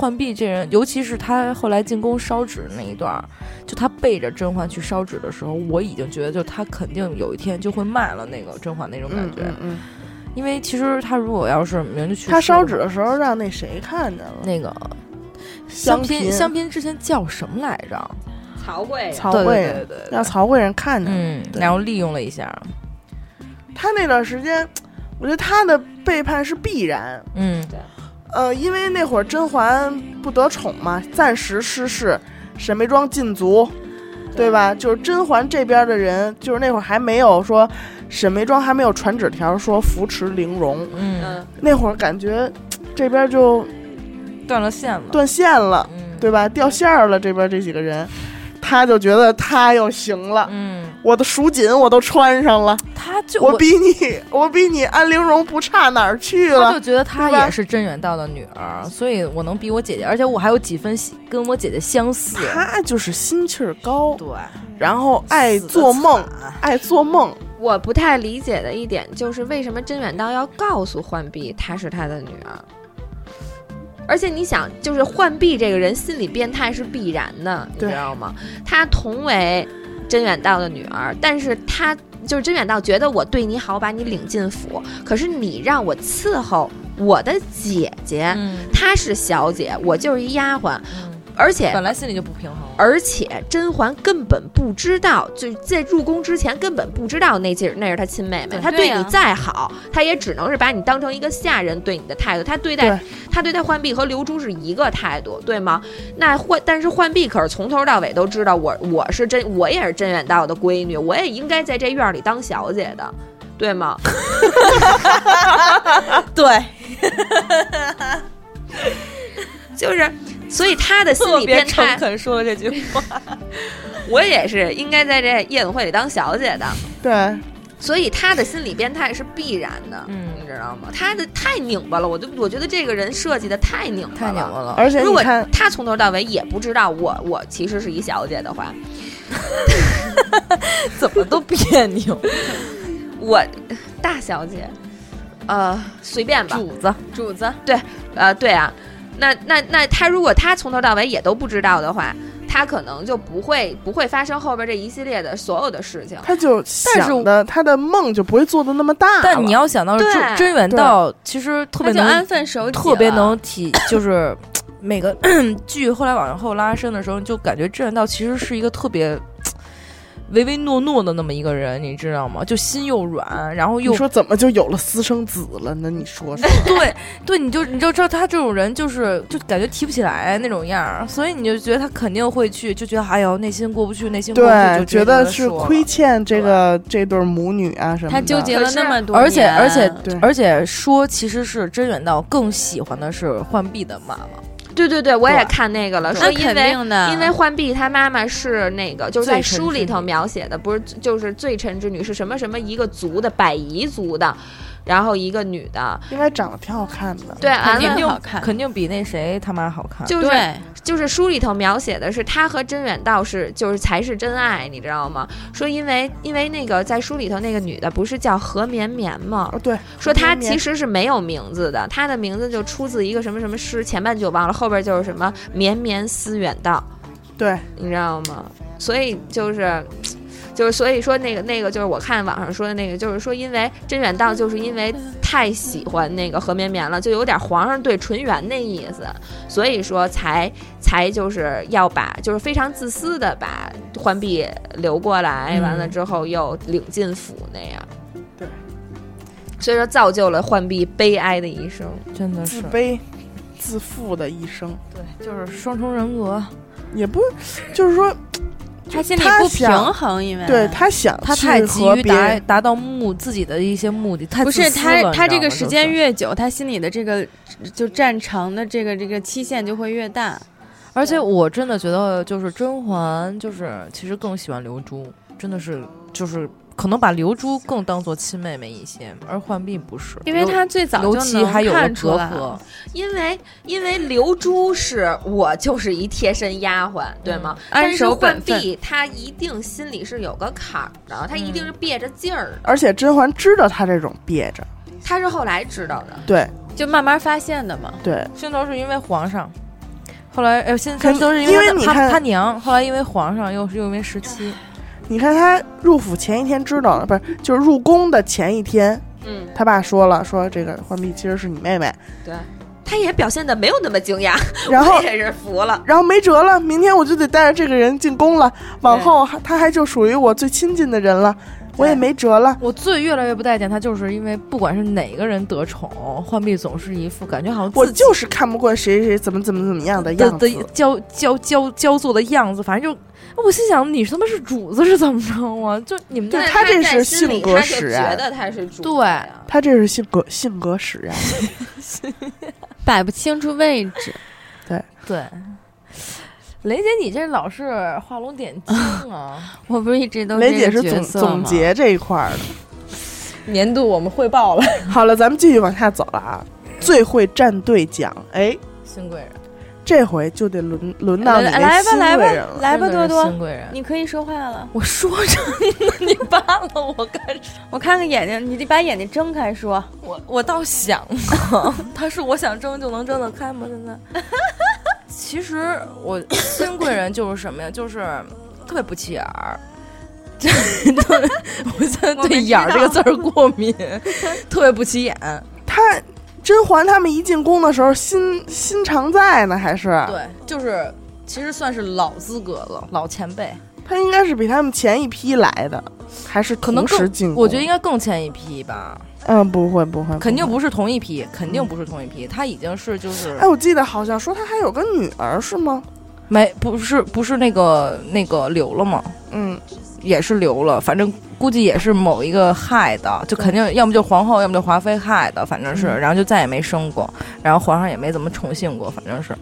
E: 浣碧这人，尤其是他后来进宫烧纸那一段儿，就他背着甄嬛去烧纸的时候，我已经觉得，就他肯定有一天就会卖了那个甄嬛那种感
F: 嗯
E: 觉，
F: 嗯嗯。
E: 因为其实他如果要是明着去
F: 他烧纸的时候让那谁看见了，
E: 那个
F: 香
E: 香嫔，香嫔之前叫什么来着？
C: 曹贵啊人，
F: 曹
E: 对
F: 贵
E: 对对
F: 人，
E: 对对
F: 让曹贵人看见了。
E: 嗯，
F: 对
E: 然后利用了一下，嗯
F: 他那段时间，我觉得他的背叛是必然。
E: 嗯
F: 呃，因为那会儿甄嬛不得宠嘛，暂时失势，沈眉庄禁足，对吧？就是甄嬛这边的人，就是那会儿还没有说，沈眉庄还没有传纸条说扶持玲珑，
E: 嗯，
C: 嗯，
F: 那会儿感觉这边就
E: 断了线了，
F: 断线了，
E: 嗯，
F: 对吧？掉线儿了，这边这几个人，他就觉得他又行了。
E: 嗯，
F: 我的蜀锦我都穿上了，
E: 他就
F: 我比你，我比你安陵容不差哪儿去
E: 他
F: 了
E: 就。觉得她
F: 对吧
E: 也是甄远道的女儿，所以我能比我姐姐，而且我还有几分喜跟我姐姐相似。
F: 他就是心气儿高，
E: 对，
F: 然后爱做梦，爱做梦。
C: 我不太理解的一点就是为什么甄远道要告诉浣碧她是他的女儿？而且你想，就是浣碧这个人心理变态是必然的，你
F: 对
C: 知道吗？她同为甄远道的女儿，但是她就是甄远道觉得我对你好，把你领进府，可是你让我伺候我的姐姐，
E: 嗯，
C: 她是小姐，我就是一丫鬟，而且
E: 本来心里就不平衡了。
C: 而且甄嬛根本不知道，就在入宫之前根本不知道那是那是她亲妹妹。
A: 对
C: 她
A: 对
C: 对
A: 呀
C: 你再好，她也只能是把你当成一个下人对你的态度。她对待
F: 对
C: 她对待浣碧和流珠是一个态度，对吗？那浣但是浣碧可是从头到尾都知道我我是甄我也是甄远道的闺女，我也应该在这院儿里当小姐的，对吗？
E: 对，
C: 就是，所以她的心理变态
E: 肯说了这句话。
C: 我也是应该在这夜总会里当小姐的。
F: 对，
C: 所以他的心理变态是必然的，
E: 嗯
C: 你知道吗？他的太拧巴了，我就我觉得这个人设计的太拧巴
E: 太牛了，
F: 而且
C: 如
F: 你
C: 果
F: 看，
C: 他从头到尾也不知道我我其实是一小姐的话，
E: 怎么都别扭。
C: 我大小姐，呃，随便吧，
E: 主子，
C: 主子，对，呃，对啊，那那那他如果他从头到尾也都不知道的话，他可能就不会不会发生后边这一系列的所有的事情。
F: 他就想的他的梦就不会做的那么大了。
E: 但你要想到
C: 对
E: 真真元道，其实
A: 他
E: 特别
A: 就安
E: 能
A: 分守己了，
E: 特别能体，就是每个 剧后来往后拉伸的时候，就感觉真元道其实是一个特别。唯唯诺诺的那么一个人，你知道吗？就心又软，然后又
F: 你说怎么就有了私生子了呢？你说 说，
E: 对对，你就你就知道他这种人就是就感觉提不起来那种样儿，所以你就觉得他肯定会去，就觉得哎呦内心过不去，内心过不去，
F: 对，
E: 就
F: 觉
E: 得
F: 得是亏欠这个这对母女啊什么的。
A: 他纠结了那么多年，
E: 而且而且
F: 对
E: 而且说，其实是真远道更喜欢的是浣碧的妈妈，
C: 对对对，我也
E: 对
C: 看那个了，说
A: 那
C: 因
A: 肯
C: 为
A: 定的，
C: 因为浣碧她妈妈是那个，就是在
E: 罪臣
C: 书里
E: 之
C: 头
E: 女
C: 描写的，不是就是罪臣之女是什么什么一个族的百夷族的，然后一个女的，
F: 因为长得挺好看的，
C: 对，啊完
A: 肯
C: 了
A: 定好看，
E: 肯定比那谁他妈好看。
C: 就是
A: 对，
C: 就是书里头描写的是他和真远道是就是才是真爱，你知道吗？说因为因为那个在书里头那个女的不是叫何绵绵吗
F: 哦？对，
C: 说她
F: 绵绵
C: 其实是没有名字的，她的名字就出自一个什么什么诗，前半句我忘了，后边就是什么绵绵思远道，
F: 对，
C: 你知道吗？所以就是。就是所以说那个那个就是我看网上说的那个，就是说因为真远道就是因为太喜欢那个何绵绵了，就有点皇上对纯元那意思，所以说才才就是要把就是非常自私的把浣碧留过来，
E: 嗯
C: 完了之后又领进府那样。
F: 对，
C: 所以说造就了浣碧悲哀的一生。
E: 真的
F: 自
E: 是，
F: 卑、自负的一生，
E: 对，就是双重人格，
F: 也不就是说，
A: 他心里
F: 他
A: 不平
F: 想
A: 衡，因为
F: 对他想
E: 他
F: 去
E: 太急
F: 和
E: 于
F: 别
E: 达
F: 人，
E: 达到目自己的一些目的，太
A: 不
E: 自
A: 是
E: 私
A: 他
E: 了
A: 他这
E: 你知道
A: 个
E: 吗
A: 时间
E: 就是
A: 越久，他心里的这个就占长的这个这个期限就会越大。
E: 而且我真的觉得，就是甄嬛，就是其实更喜欢流珠，真的是就是可能把流珠更当做亲妹妹一些，而浣碧不是，
A: 因为他最早
E: 尤
A: 就
E: 其
A: 能
E: 还有了
A: 看出
E: 隔
A: 来，
E: 阂，
C: 因为因为流珠是我就是一贴身丫鬟，对吗？
F: 嗯
C: 但
A: 安
C: 是
A: 守
C: 浣
A: 本分。
C: 碧她一定心里是有个坎儿的，她一定是憋着劲儿的。
F: 而且甄嬛知道他这种憋着，
C: 她是后来知道的，
F: 对
A: 就慢慢发现的嘛。
F: 对，
E: 先头是因为皇上，后来呃，先
F: 可
E: 先都是
F: 因
E: 为
F: 为
E: 他
F: 你
E: 他
F: 看
E: 他娘，后来因为皇上，又是又因为十七，
F: 你看他入府前一天知道了，不是就是入宫的前一天，
C: 嗯，
F: 他爸说了，说这个浣碧其实是你妹 妹，
C: 对，她也表现的没有那么惊讶，
F: 然后
C: 我也是服了。
F: 然后没辙了，明天我就得带着这个人进宫了，往后还他还就属于我最亲近的人了，我也没辙了。
E: 我最越来越不待见他，就是因为不管是哪个人得宠，浣碧总是一副感觉好像
F: 我
E: 自己
F: 就是看不惯谁谁谁怎么怎么怎么样的
E: 的
F: 样子
E: 的，焦焦焦焦作的样子，反正就。我心想，你他妈是主子是怎么着啊？就你们这
C: 但
F: 他
C: 她
F: 这
C: 在
F: 是
C: 心
F: 性
C: 里
F: 格
C: 她就
F: 使
C: 觉
F: 然
C: 得她是主啊
E: 对
C: 子呀
F: 他这是性格性格使然。
A: 摆不清楚位置，
E: 对，雷姐，你这老是画龙点睛 啊！
A: 我不是一直都
F: 雷姐是
A: 这个
F: 总
A: 角色
F: 总
A: 吗，
F: 结这一块儿的。
B: 年度我们汇报了，
F: 好了，咱们继续往下走了啊。最会站队奖，哎，
E: 新贵人，
F: 这回就得轮轮到
A: 来
F: 你
A: 吧
F: 那新
A: 来吧
F: 贵人了。
A: 来吧，
E: 真的
A: 多
E: 是
A: 多
E: 新，贵人，
A: 你可以说话了。
E: 我说着呢，你扒拉我干啥？
A: 我看看眼睛，你得把眼睛睁开说。
E: 我我倒想， 他是我想争就能争得开吗？现在，其实我新贵人就是什么呀？就是特别不起眼儿。就是我现在对“眼儿”这个字儿过敏，特别不起眼。
F: 他甄嬛他们一进宫的时候，心心常在呢，还是
E: 对，就是其实算是老资格了，老前辈。
F: 他应该是比他们前一批来的，还是
E: 可能
F: 同时进
E: 更，
F: 宫？
E: 我觉得应该更前一批吧，
F: 嗯，不会不会，
E: 肯定
F: 不
E: 不是同一批，肯定不是同一批，他已经是就是
F: 会。哎，我记得好像说他还有个女儿是吗？
E: 没不是不是那个那个留了吗？
F: 嗯，
E: 也是留了，反正估计也是某一个害的，就肯定要么就皇后，要么就华妃害的，反正是，
F: 嗯
E: 然后就再也没生过，然后皇上也没怎么宠幸过，反正是。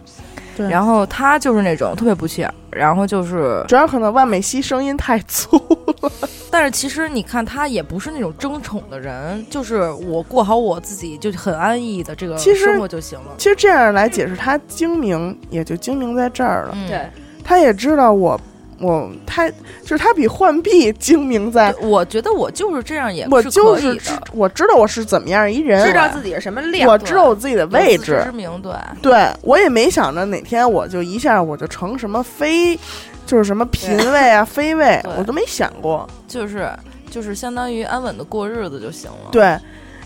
F: 对
E: 然后他就是那种特别不起眼儿，然后就是
F: 主要可能万美熙声音太粗了。
E: 但是其实你看，他也不是那种争宠的人，就是我过好我自己就很安逸的这个
F: 其实
E: 生活就行了。
F: 其实这样来解释，他精明也就精明在这儿了。
E: 嗯
C: 对，
F: 他也知道我我他就是他比浣碧精明在，
E: 我觉得我就是这样也
F: 我
E: 是
F: 就
E: 可
F: 是
E: 以
F: 知
E: 的，
F: 我知道我是怎么样一人，啊
E: 知道
C: 自己是什么料，
F: 我知道我自己的位
E: 有自知
F: 置
E: 之，明对。
F: 对我也没想着哪天我就一下我就成什么妃，就是什么嫔位啊、妃位
E: 对，嗯
F: 我都没想过。
E: 就是就是相当于安稳的过日子就行了。，。
F: 对，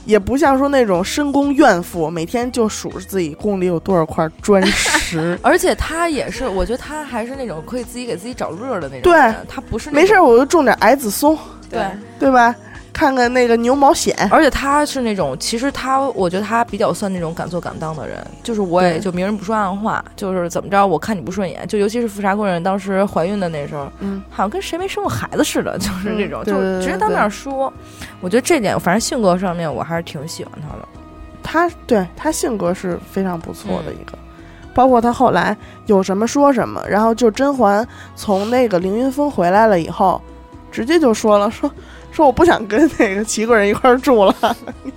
F: 也不像说那种深宫怨妇，每天就数着自己宫里有多少块砖石
E: 而且他也是，我觉得他还是那种可以自己给自己找乐儿的那种
F: 对
E: 人，他不是那
F: 没事
E: 种
F: 儿，我就种点矮子松，
E: 对，
F: 对吧？看看那个牛毛藓，
E: 而且他是那种，其实他我觉得他比较算那种敢做敢当的人，就是我也就明人不说暗话，就是怎么着我看你不顺眼，就尤其是富察贵人当时怀孕的那时候，
F: 嗯，
E: 好像跟谁没生过孩子似的， 就是这种，
F: 嗯
E: 就
F: 对对
E: 是
F: 对
E: 直接当面说。我觉得这点，反正性格上面我还是挺喜欢他的。
F: 他对他性格是非常不错的
E: 嗯
F: 一个，包括他后来有什么说什么，然后就甄嬛从那个凌云峰回来了以后，直接就说了，说说我不想跟那个齐贵人一块儿住了， 你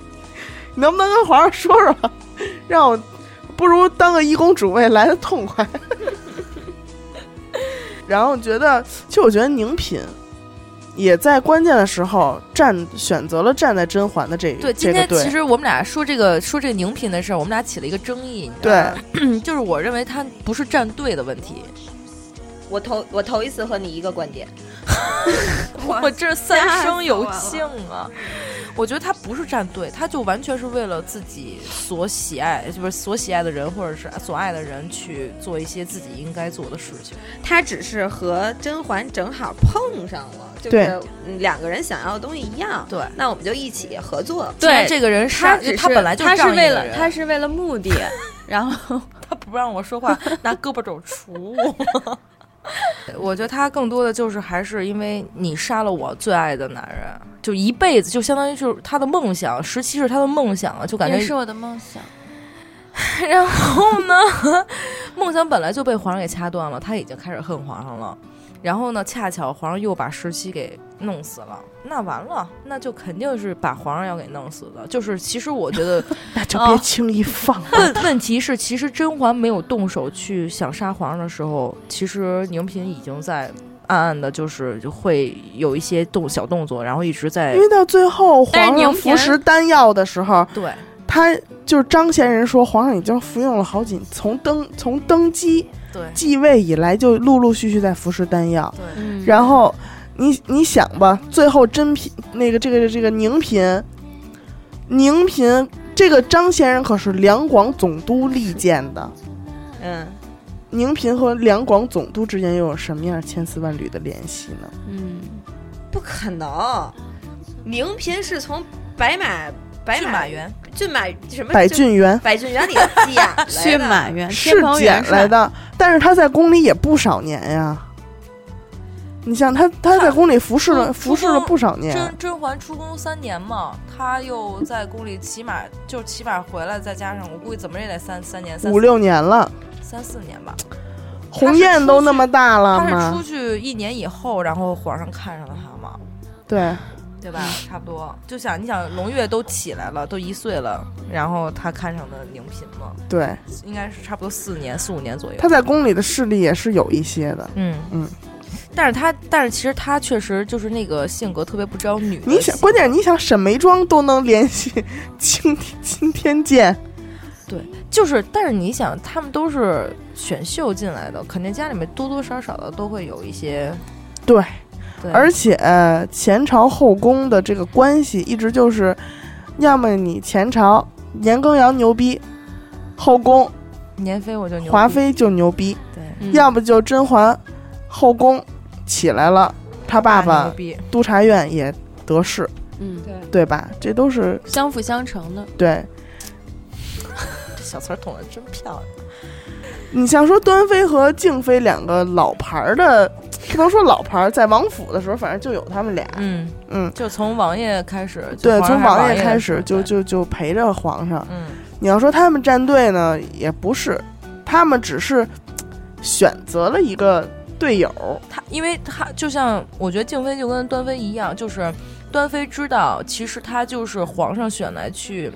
F: 能不能跟皇上说说，让我不如当个一公主位来的痛快。 然后觉得，其实我觉得宁嫔也在关键的时候站选择了站在甄嬛的这
E: 对，今
F: 这个
E: 天
F: 队
E: 其。实我们俩说这个说这个宁嫔的事儿，我们俩起了一个争议，你知道吗，就是我认为他不是站队的问题，
C: 我头我头一次和你一个观点，
E: 我这三生有
C: 吓死
E: 幸啊！我觉得他不是站队，他就完全是为了自己所喜爱，就是所喜爱的人或者是所爱的人去做一些自己应该做的事情。
C: 他只是和甄嬛正好碰上了，就
F: 对
C: 是嗯两个人想要的东西一样，
E: 对
C: 那我们就一起合作。
E: 既然
A: 对
E: 这个人是
A: 他只是
E: 他本来就
A: 他
E: 仗
A: 是
E: 义
A: 为
E: 的
A: 了
E: 人
A: 他是为了目 的，然后
E: 他不让我说话，拿胳膊肘杵我。 我觉得他更多的就是还是因为你杀了我最爱的男人，就一辈子就相当于就是他的梦想，十七是他的梦想啊，就感觉
A: 也是我的梦想。
E: 然后呢，梦想本来就被皇上给掐断了，他已经开始恨皇上了。然后呢，恰巧皇上又把十七给弄死了，那完了，那就肯定是把皇上要给弄死的。就是其实我觉 得
F: 那就
E: 哦
F: 别轻易放了。
E: 问问题是，其实甄嬛没有动手去想杀皇上的时候，其实宁嫔已经在暗暗的，就是就会有一些动小动作，然后一直在
F: 因为到最后
A: 但是
F: 皇上
A: 宁
F: 服
A: 嫔
F: 食丹药的时候，
E: 对
F: 他就是张贤人说，皇上已经服用了好几，从登从登基
E: 对
F: 继位以来，就陆陆续续在服食丹药。
E: 对
A: 嗯，
F: 然后你你想吧，最后真嫔那个这个这个宁嫔，宁嫔这个张贤人可是两广总督力荐的。
C: 嗯，
F: 宁嫔和两广总督之间又有什么样千丝万缕的联系呢？
A: 嗯，
C: 不可能，宁嫔是从白马白
E: 骏
C: 马
E: 马园
C: 骏马什么
F: 百
C: 就
F: 郡园
C: 百郡园里寄养来的
A: 去马原
F: 嗯是
A: 天蓬元
F: 捡
A: 帅
F: 来的，但是他在宫里也不少年呀。你像他，他在宫里服侍了，
E: 嗯
F: 服侍了不少年。
E: 甄甄嬛出宫三年嘛，她又在宫里骑马，就是骑马回来，再加上我估计怎么也得三三年、三
F: 五六年了，
E: 三四年吧。
F: 鸿雁都那么大了
E: 她是出
F: 吗？
E: 去一年以后，然后皇上看上了她嘛，
F: 对，
E: 对吧？
F: 嗯
E: 差不多。就想你想，胧月都起来了，都一岁了，然后她看上的宁嫔嘛，
F: 对，
E: 应该是差不多四年、四五年左右。
F: 他在宫里的势力也是有一些的。
E: 嗯
F: 嗯，
E: 但是她，但是其实她确实就是那个性格特别不招女的喜欢。
F: 你想，关键是你想沈眉庄都能联系 青青天剑，
E: 就是，但是你想，他们都是选秀进来的，肯定家里面多多少少的都会有一些，
F: 对
E: 对，
F: 而且呃前朝后宫的这个关系一直就是，要么你前朝年羹尧牛逼，后宫
E: 年妃我就牛，
F: 华，妃就牛逼，
E: 对，
A: 嗯
F: 要不就甄嬛后宫起来了，他爸
E: 牛
F: 爸
E: 逼，
F: 督察院也得势，
A: 嗯
F: 对吧？这都是
A: 相辅相成的。
F: 对。
E: 这小词儿捅的真漂亮，
F: 你像说端妃和静妃两个老牌儿的，不能说老牌儿，在王府的时候，反正就有他们俩。
E: 嗯，
F: 嗯，
E: 就从王爷开始，
F: 对，从
E: 王
F: 王爷开始就
E: 就，
F: 就就陪着皇上。
E: 嗯，
F: 你要说他们站队呢，也不是，他们只是嘖选择了一个队友。
E: 他因为他就像我觉得静妃就跟端妃一样，就是端妃知道其实她就是皇上选来去，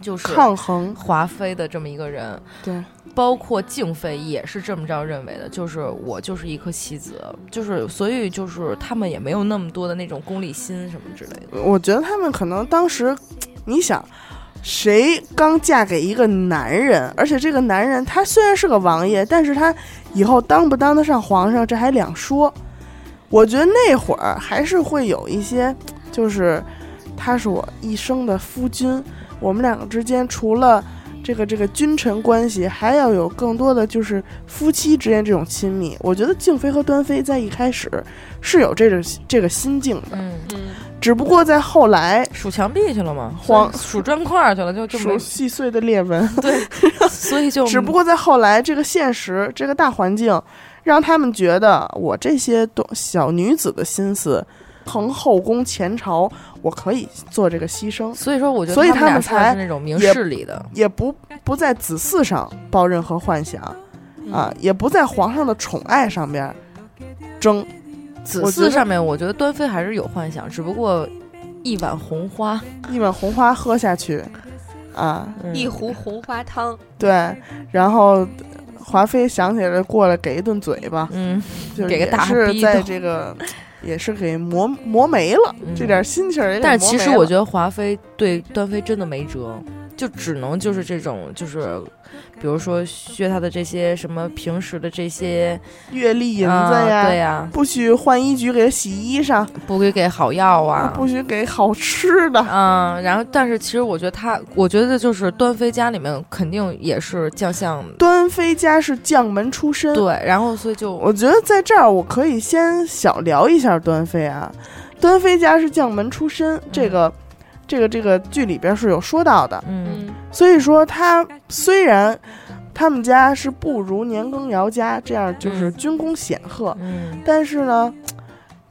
E: 就是
F: 抗衡，
E: 华妃的这么一个人。
F: 对，
E: 包括静妃也是这么着认为的，就是我就是一颗棋子，就是所以就是他们也没有那么多的那种功利心什么之类的。
F: 我觉得他们可能当时，你想，谁刚嫁给一个男人，而且这个男人他虽然是个王爷，但是他以后当不当得上皇上，这还两说。我觉得那会儿还是会有一些，就是他是我一生的夫君，我们两个之间除了。这个这个君臣关系还要有更多的就是夫妻之间这种亲密，我觉得静妃和端妃在一开始是有这个这个心境的，
E: 嗯，
F: 只不过在后来
E: 数墙壁去了吗？
F: 皇
E: 数砖块去了，就就
F: 数细碎的裂纹，
E: 对，所以就
F: 只不过在后来这个现实这个大环境，让他们觉得我这些东小女子的心思。承后宫前朝，我可以做这个牺牲，
E: 所以说我觉得，
F: 所以
E: 他
F: 们
E: 才
F: 才
E: 是那种明事理的，
F: 也不不在子嗣上抱任何幻想，啊，也不在皇上的宠爱上边争。
E: 子
F: 我觉
E: 嗣
F: 得
E: 上面，我觉得端妃还是有幻想，只不过一碗红花，
F: 一碗红花喝下去，啊，
E: 嗯
C: 一壶红花汤，
F: 对，然后华妃想起来过来给一顿嘴巴，
E: 嗯，
F: 就是
E: 给个
F: 也
E: 大
F: 是
E: 逼
F: 在
E: 斗
F: 这个也是给磨磨没了，
E: 嗯
F: 这点心情儿也给
E: 但是
F: 磨
E: 其实
F: 没
E: 我
F: 了
E: 觉得华妃对端妃真的没辙，就只能就是这种就是。比如说削她的这些什么平时的这些
F: 月例银子
E: 啊
F: 呀，
E: 对呀、
F: 不许换衣局给他洗衣裳，
E: 不给给好药啊，
F: 不许给好吃的。
E: 嗯，然后但是其实我觉得他，我觉得就是端妃家里面肯定也是将相
F: 端妃家是将门出身，
E: 对，然后所以就
F: 我觉得在这儿我可以先小聊一下端妃啊。端妃家是将门出身，这个、这个这个剧里边是有说到的。
E: 嗯
F: 所以说，她虽然他们家是不如年羹尧家这样就是
E: 嗯
F: 军功显赫，
E: 嗯
F: 但是呢，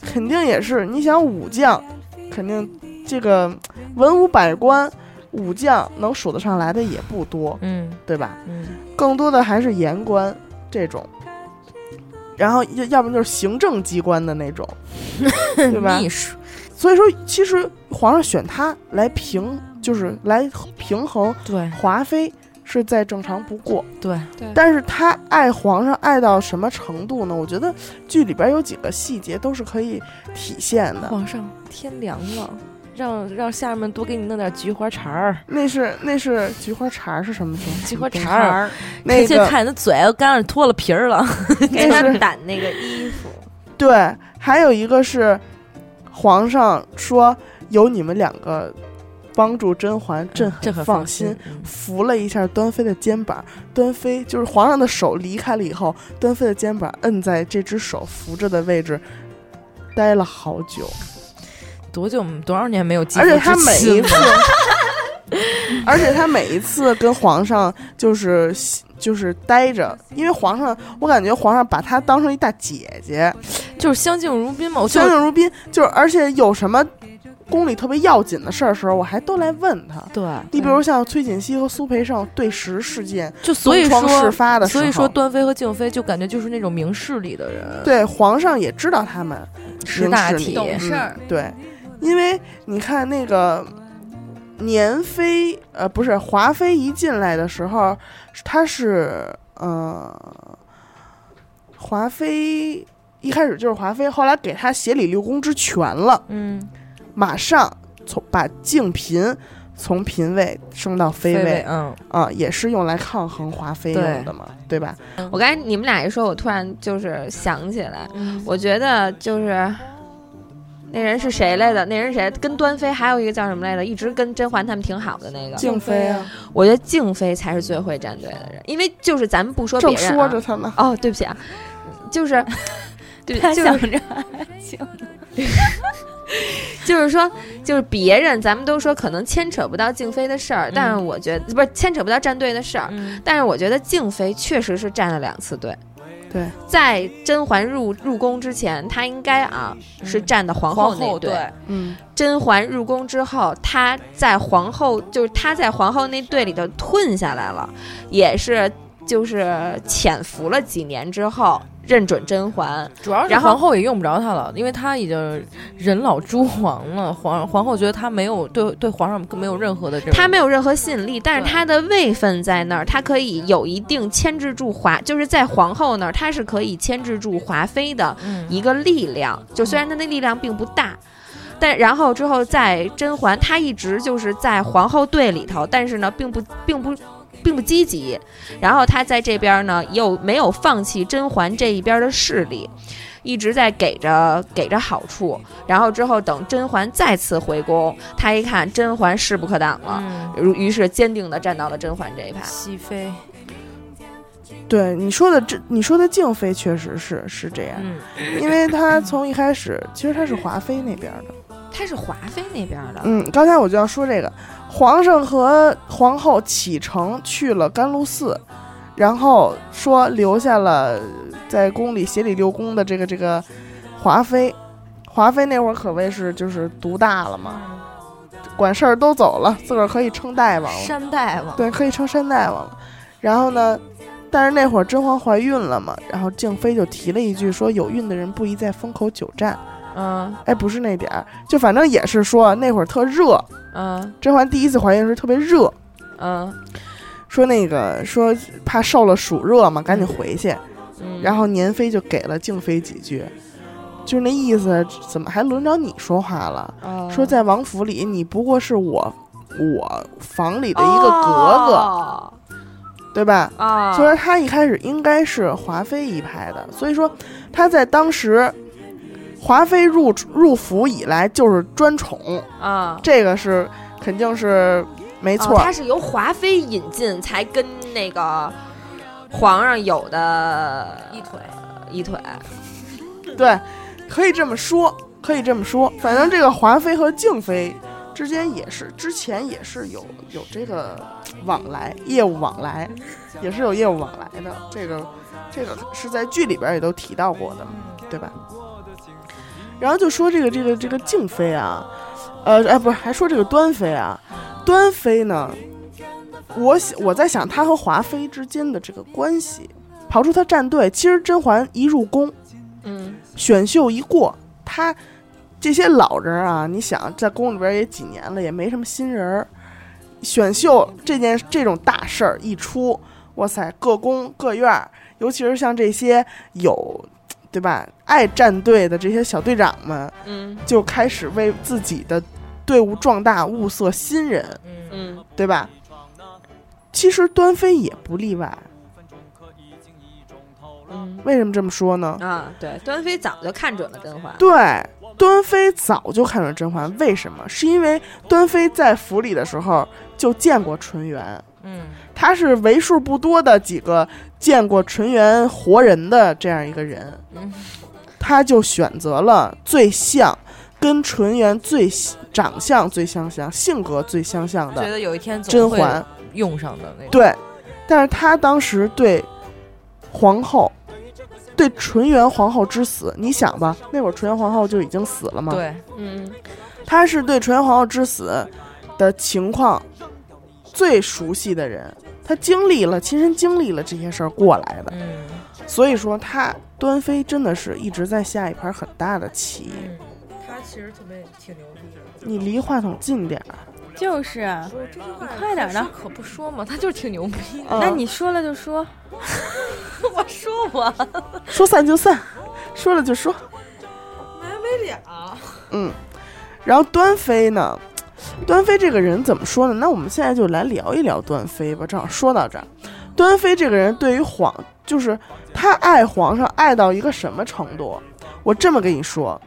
F: 肯定也是你想武将，肯定这个文武百官武将能数得上来的也不多，
E: 嗯
F: 对吧？
E: 嗯
F: 更多的还是言官这种，然后要要不然就是行政机关的那种， 对吧
E: 秘？书
F: 所以说，其实皇上选他来平，就是来平衡
E: 对
F: 华妃是再正常不过。
E: 对，
F: 但是他爱皇上爱到什么程度呢？我觉得剧里边有几个细节都是可以体现的。
E: 皇上天凉了，让让下面多给你弄点菊花茶儿，
F: 那是那是菊花茶是什么东西？
E: 菊花
F: 东西
E: 茶儿，
F: 那
E: 去
F: 个
E: 看你的嘴干了脱了皮儿了，
C: 给
F: 那
C: 他
F: 是
C: 掸那个衣服，
F: 对，还有一个是皇上说有你们两个帮助甄嬛， 朕
E: 这很
F: 放
E: 心。嗯
F: 扶了一下端妃的肩膀，端妃就是皇上的手离开了以后，端妃的肩膀摁在这只手扶着的位置，待了好 久。
E: 多久多少年没有肌
F: 而
E: 肤
F: 且
E: 之
F: 他每一
E: 亲
F: 次
E: 了，
F: 而且他每一次跟皇上就是就是待着，因为皇上，我感觉皇上把他当成一大姐姐，
E: 就是相敬如宾嘛，我就
F: 相 敬如宾。就是而且有什么宫里特别要紧的事儿的时候，我还都来问他。
E: 对，
F: 你比如像崔锦熙和苏培盛对食事件，
E: 就嗯所以
F: 东窗
E: 说
F: 事发的时候，
E: 所以说，端妃和静妃就感觉就是那种明事理的人，
F: 对皇上也知道他们
E: 识大
F: 明事理
E: 体，
A: 懂事儿
F: 嗯对，因为你看那个年妃，呃，不是华妃一进来的时候，她是呃，华妃一开始就是华妃，后来给她协理六宫之权了，
E: 嗯，
F: 马上从把静嫔从嫔位升到妃
E: 对
F: 位
E: 嗯，
F: 啊、也是用来抗衡华妃
E: 对
F: 用的嘛，对吧？
C: 我刚才你们俩一说，我突然就是想起来，
E: 嗯
C: 我觉得就是那人是谁来的？那人是谁？跟端妃还有一个叫什么来着？一直跟甄嬛他们挺好的那个。
F: 静妃啊，
C: 我觉得静妃才是最会站队的人，因为就是咱们不说别
F: 正
C: 人、
F: 说
C: 啊，
F: 着她呢，
C: 哦，对不起啊，就是 对不
A: 他
C: 起，就
A: 想
C: 是
A: 着
C: 就是说，就是别人，咱们都说可能牵扯不到静妃的事儿，但是我觉得不是牵扯不到站队的事儿，
E: 嗯
C: 但是我觉得静妃确实是站了两次队。
F: 对，
C: 在甄嬛入入宫之前，她应该啊是站的皇后那一队。
F: 嗯，
C: 甄嬛入宫之后，她在皇后就是她在皇后那队里头退下来了，也是就是潜伏了几年之后，认准甄嬛，
E: 主要是
C: 然后
E: 皇后也用不着她了，因为她已经人老珠黄了。皇皇后觉得她没有对对皇上更没有任何的这种，
C: 她没有任何吸引力，但是
E: 对
C: 她的位分在那儿，她可以有一定牵制住华，就是在皇后那儿，她是可以牵制住华妃的
E: 嗯
C: 一个力量。就虽然她的力量并不大，但然后之后在甄嬛，她一直就是在皇后队里头，但是呢，并不并不。并不积极，然后她在这边呢，又没有放弃甄嬛这一边的势力，一直在给着给着好处。然后之后等甄嬛再次回宫，她一看甄嬛势不可挡了，
E: 嗯，
C: 如于是坚定的站到了甄嬛这一派。
E: 熹妃，
F: 对你说的这，你说的静妃确实是是这样，
E: 嗯，
F: 因为她从一开始其实她是华妃那边的。
C: 她是华妃那边的，
F: 嗯，刚才我就要说这个，皇上和皇后启程去了甘露寺，然后说留下了在宫里协理六宫的这个这个华妃。华妃那会儿可谓是就是独大了嘛，管事儿都走了，自个儿可以称大王了。
E: 山大王，
F: 对，可以称山大王了。然后呢，但是那会儿甄嬛怀孕了嘛，然后静妃就提了一句说，有孕的人不宜在风口久站。
E: 嗯
F: 哎，不是那点儿，就反正也是说那会儿特热，
E: 嗯
F: 甄嬛第一次怀孕的时候特别热，
E: 嗯
F: 说那个说怕受了暑热嘛，赶紧回去。
E: 嗯，
F: 然后年妃就给了静妃几句，就是那意思，怎么还轮着你说话了？
E: 后
F: 说在王府里，你不过是我我房里的一个格格，
C: 哦
F: 对吧？
C: 啊，
F: 所以说他一开始应该是华妃一派的，所以说他在当时华妃入入府以来就是专宠，
C: 啊，
F: 这个是肯定是没
C: 没
F: 错儿。
C: 她哦是由华妃引进才跟那个皇上有的
E: 一腿，
C: 一腿。
F: 对，可以这么说，可以这么说。反正这个华妃和静妃之间也是之前也是有有这个往来，业务往来也是有业务往来的。这个这个是在剧里边也都提到过的嘛，对吧？然后就说这个这个这个静妃啊，呃，哎，不是，还说这个端妃啊，端妃呢，我想我在想她和华妃之间的这个关系，刨出她站队，其实甄嬛一入宫，
C: 嗯，
F: 选秀一过，他这些老人啊，你想在宫里边也几年了，也没什么新人儿。选秀这件这种大事儿一出，哇塞，各宫各院儿，尤其是像这些有对吧爱站队的这些小队长们，
C: 嗯
F: 就开始为自己的队伍壮大物色新人，
E: 嗯
C: 嗯
F: 对吧？其实端妃也不例外。
C: 嗯
F: 为什么这么说呢？
C: 啊，对，端妃早就看准了甄嬛。
F: 对，端妃早就看准甄嬛，为什么？是因为端妃在府里的时候就见过纯元，
E: 嗯
F: 她是为数不多的几个见过纯元活人的这样一个人，
E: 嗯
F: 她就选择了最像。跟纯元最喜长相最相像、性格最相像
E: 觉
F: 的
E: 得有一天总
F: 甄
E: 会
F: 嬛，
E: 用上的那种，
F: 对，但是她当时对皇后，对纯元皇后之死，你想吧，那会儿纯元皇后就已经死了嘛，
E: 对，
C: 嗯
F: 他是对纯元皇后之死的情况最熟悉的人，他经历了亲身经历了这些事儿过来的，
E: 嗯
F: 所以说他端妃真的是一直在下一盘很大的棋。
E: 嗯，她其实特别挺牛逼的。
F: 你离话筒近点儿，
A: 就是，
E: 哎
A: 啊你快点儿的。
E: 可不说嘛，他就是挺牛逼的。
A: 那你说了就说，
E: 我说我
F: 说散就散，说了就说，没没
E: 啊
F: 了。嗯，然后端妃呢，端妃这个人怎么说呢？那我们现在就来聊一聊端妃吧。正好说到这儿，端妃这个人对于皇，就是她爱皇上爱到一个什么程度？我这么跟你说，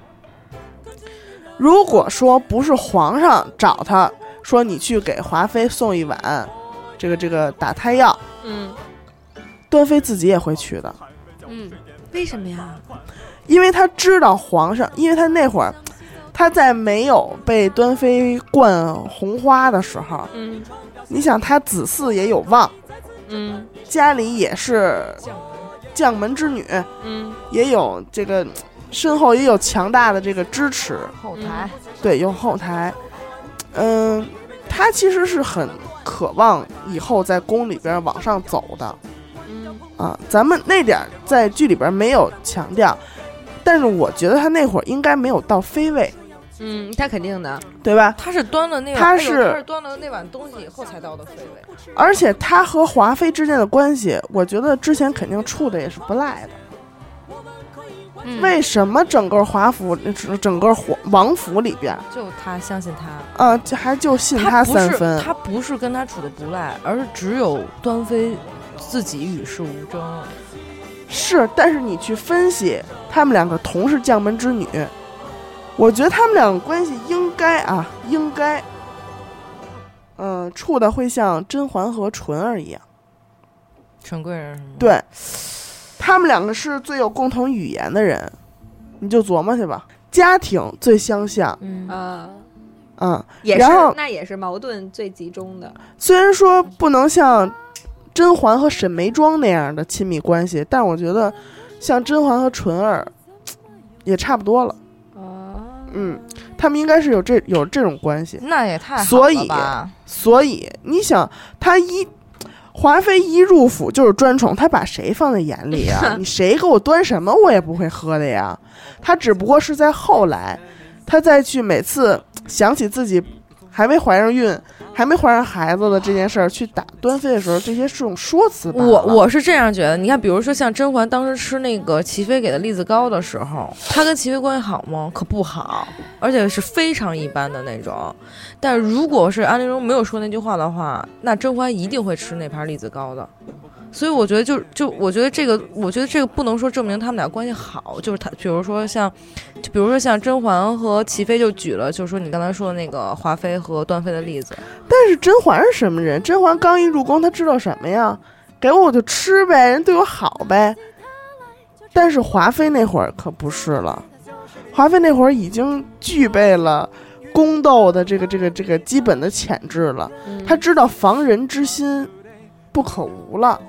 F: 如果说不是皇上找她说你去给华妃送一碗这个这个打胎药，
C: 嗯，
F: 端妃自己也会去的。
A: 嗯，
C: 为什么呀？
F: 因为他知道皇上，因为他那会儿他在没有被端妃呃冠红花的时候，
C: 嗯
F: 你想他子嗣也有望，
C: 嗯
F: 家里也是将门之女，
C: 嗯
F: 也有这个身后也有强大的这个支持，
E: 后
C: 台，
F: 对，有后台，嗯，他其实是很渴望以后在宫里边往上走的，
C: 嗯
A: 嗯
F: 啊，咱们那点儿在剧里边没有强调，但是我觉得他那会儿应该没有到飞位，
C: 嗯，他肯定的，
F: 对吧？
E: 他是端了那碗，
F: 他
E: 哎呦
F: 是
E: 他是端了那碗东西以后才到的飞位。
F: 而且他和华妃之间的关系，我觉得之前肯定处的也是不赖的。
A: 嗯
F: 为什么整个华府、整个皇王府里边，
E: 就他相信他，
F: 呃，就还就信
E: 不
F: 三
E: 是
F: 分？
E: 他不是跟他处的不赖，而是只有端妃自己与世无争。
F: 是，但是你去分析，他们两个同是将门之女，我觉得他们两个关系应该啊，应该，嗯、处的会像甄嬛和纯儿一样。
E: 纯贵人是吗？
F: 对，他们两个是最有共同语言的人，你就琢磨去吧。家庭最相像，
E: 嗯，
C: 啊，
F: 嗯，
C: 也是
F: 然后，
C: 那也是矛盾最集中的，
F: 虽然说不能像甄嬛和沈眉庄那样的亲密关系，但我觉得像甄嬛和纯儿也差不多了。
C: 啊，
F: 嗯，他们应该是有这有这种关系。
E: 那也太好
F: 所以
E: 了吧
F: 所以你想，他一华妃一入府就是专宠，他把谁放在眼里啊？你谁给我端什么，我也不会喝的呀。他只不过是在后来，他再去每次想起自己还没怀上孕、还没怀上孩子的这件事儿，去打端妃的时候，这些是种说辞罢了。
E: 我我是这样觉得，你看，比如说像甄嬛当时吃那个齐妃给的栗子糕的时候，她跟齐妃关系好吗？可不好，而且是非常一般的那种。但如果是安陵容没有说那句话的话，那甄嬛一定会吃那盘栗子糕的。所以我觉得就，就我觉得这个，我觉得这个不能说证明他们俩关系好，就是他，比如说像，就比如说像甄嬛和齐妃就举了，就是说你刚才说的那个华妃和端妃的例子，
F: 但是甄嬛是什么人？甄嬛刚一入宫，她知道什么呀？给我我就吃呗，人对我好呗。但是华妃那会儿可不是了，华妃那会儿已经具备了宫斗的这个这个这个基本的潜质了，
C: 嗯
F: 她知道防人之心不可无了，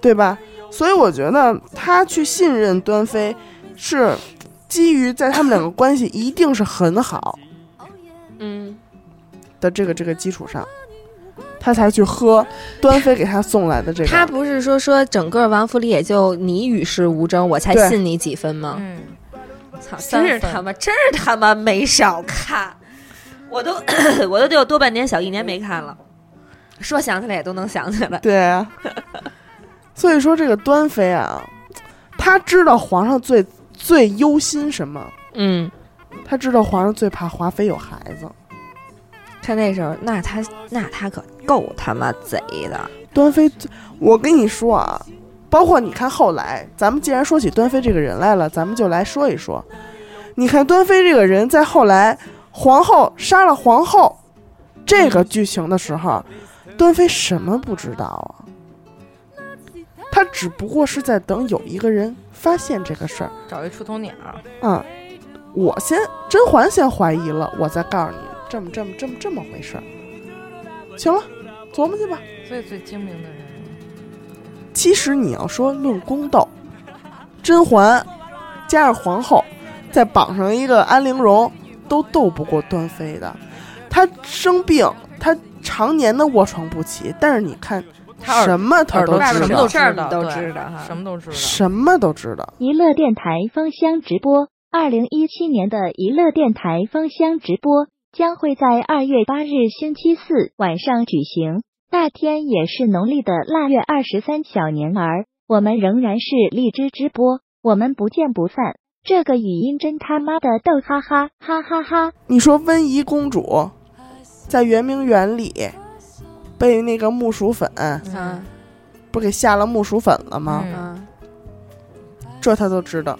F: 对吧？所以我觉得她去信任端妃是基于在他们两个关系一定是很好，
C: 嗯，
F: 的这个这个基础上，他才去喝端妃给他送来的这个。
C: 他不是说说整个王府里也就你与世无争，我才
F: 对
C: 信你几分吗？
E: 嗯，
C: 操，
E: 三
C: 真是
E: 分
C: 他妈，真是他妈没少看，我都 我都得有多半年小一年没看了，说想起来也都能想起来，
F: 对啊， 所以说这个端妃啊，他知道皇上最最忧心什么，
C: 嗯。
F: 他知道皇上最怕华妃有孩子。
C: 他那时候，那他那他可够他妈贼的，
F: 端妃最，我跟你说啊，包括你看后来，咱们既然说起端妃这个人来了，咱们就来说一说。你看端妃这个人，在后来皇后杀了皇后这个剧情的时候，端妃什么不知道啊？她只不过是在等有一个人发现这个事儿
E: 找一出头鸟，
F: 啊、我先甄嬛先怀疑了，我再告诉你这么这么这么这么回事儿。行了，琢磨去吧。
E: 所以最精明的人。
F: 其实你要说论宫斗，甄嬛加上皇后，再绑上一个安陵容，都斗不过端妃的。她生病，她常年的卧床不起，但是你看
E: 她耳
F: 什么她
E: 耳
F: 都
E: 朵
C: 外边
F: 知
E: 什
F: 道
E: 么都
C: 什么
E: 知
C: 事儿
E: 道
C: 都
E: 对
C: 知道哈，
E: 什么都知道。
F: 什么都知道。
G: 娱乐电台芳香直播，二零一七年的娱乐电台芳香直播将会在二月八日星期四晚上举行，那天也是农历的腊月二十三小年儿，我们仍然是荔枝直播，我们不见不散。这个语音真他妈的逗，哈哈哈哈哈！
F: 你说温宜公主在圆明园里被那个木薯粉
C: 嗯
F: 不给下了木薯粉了吗？
E: 嗯
C: 嗯，
F: 这她都知道。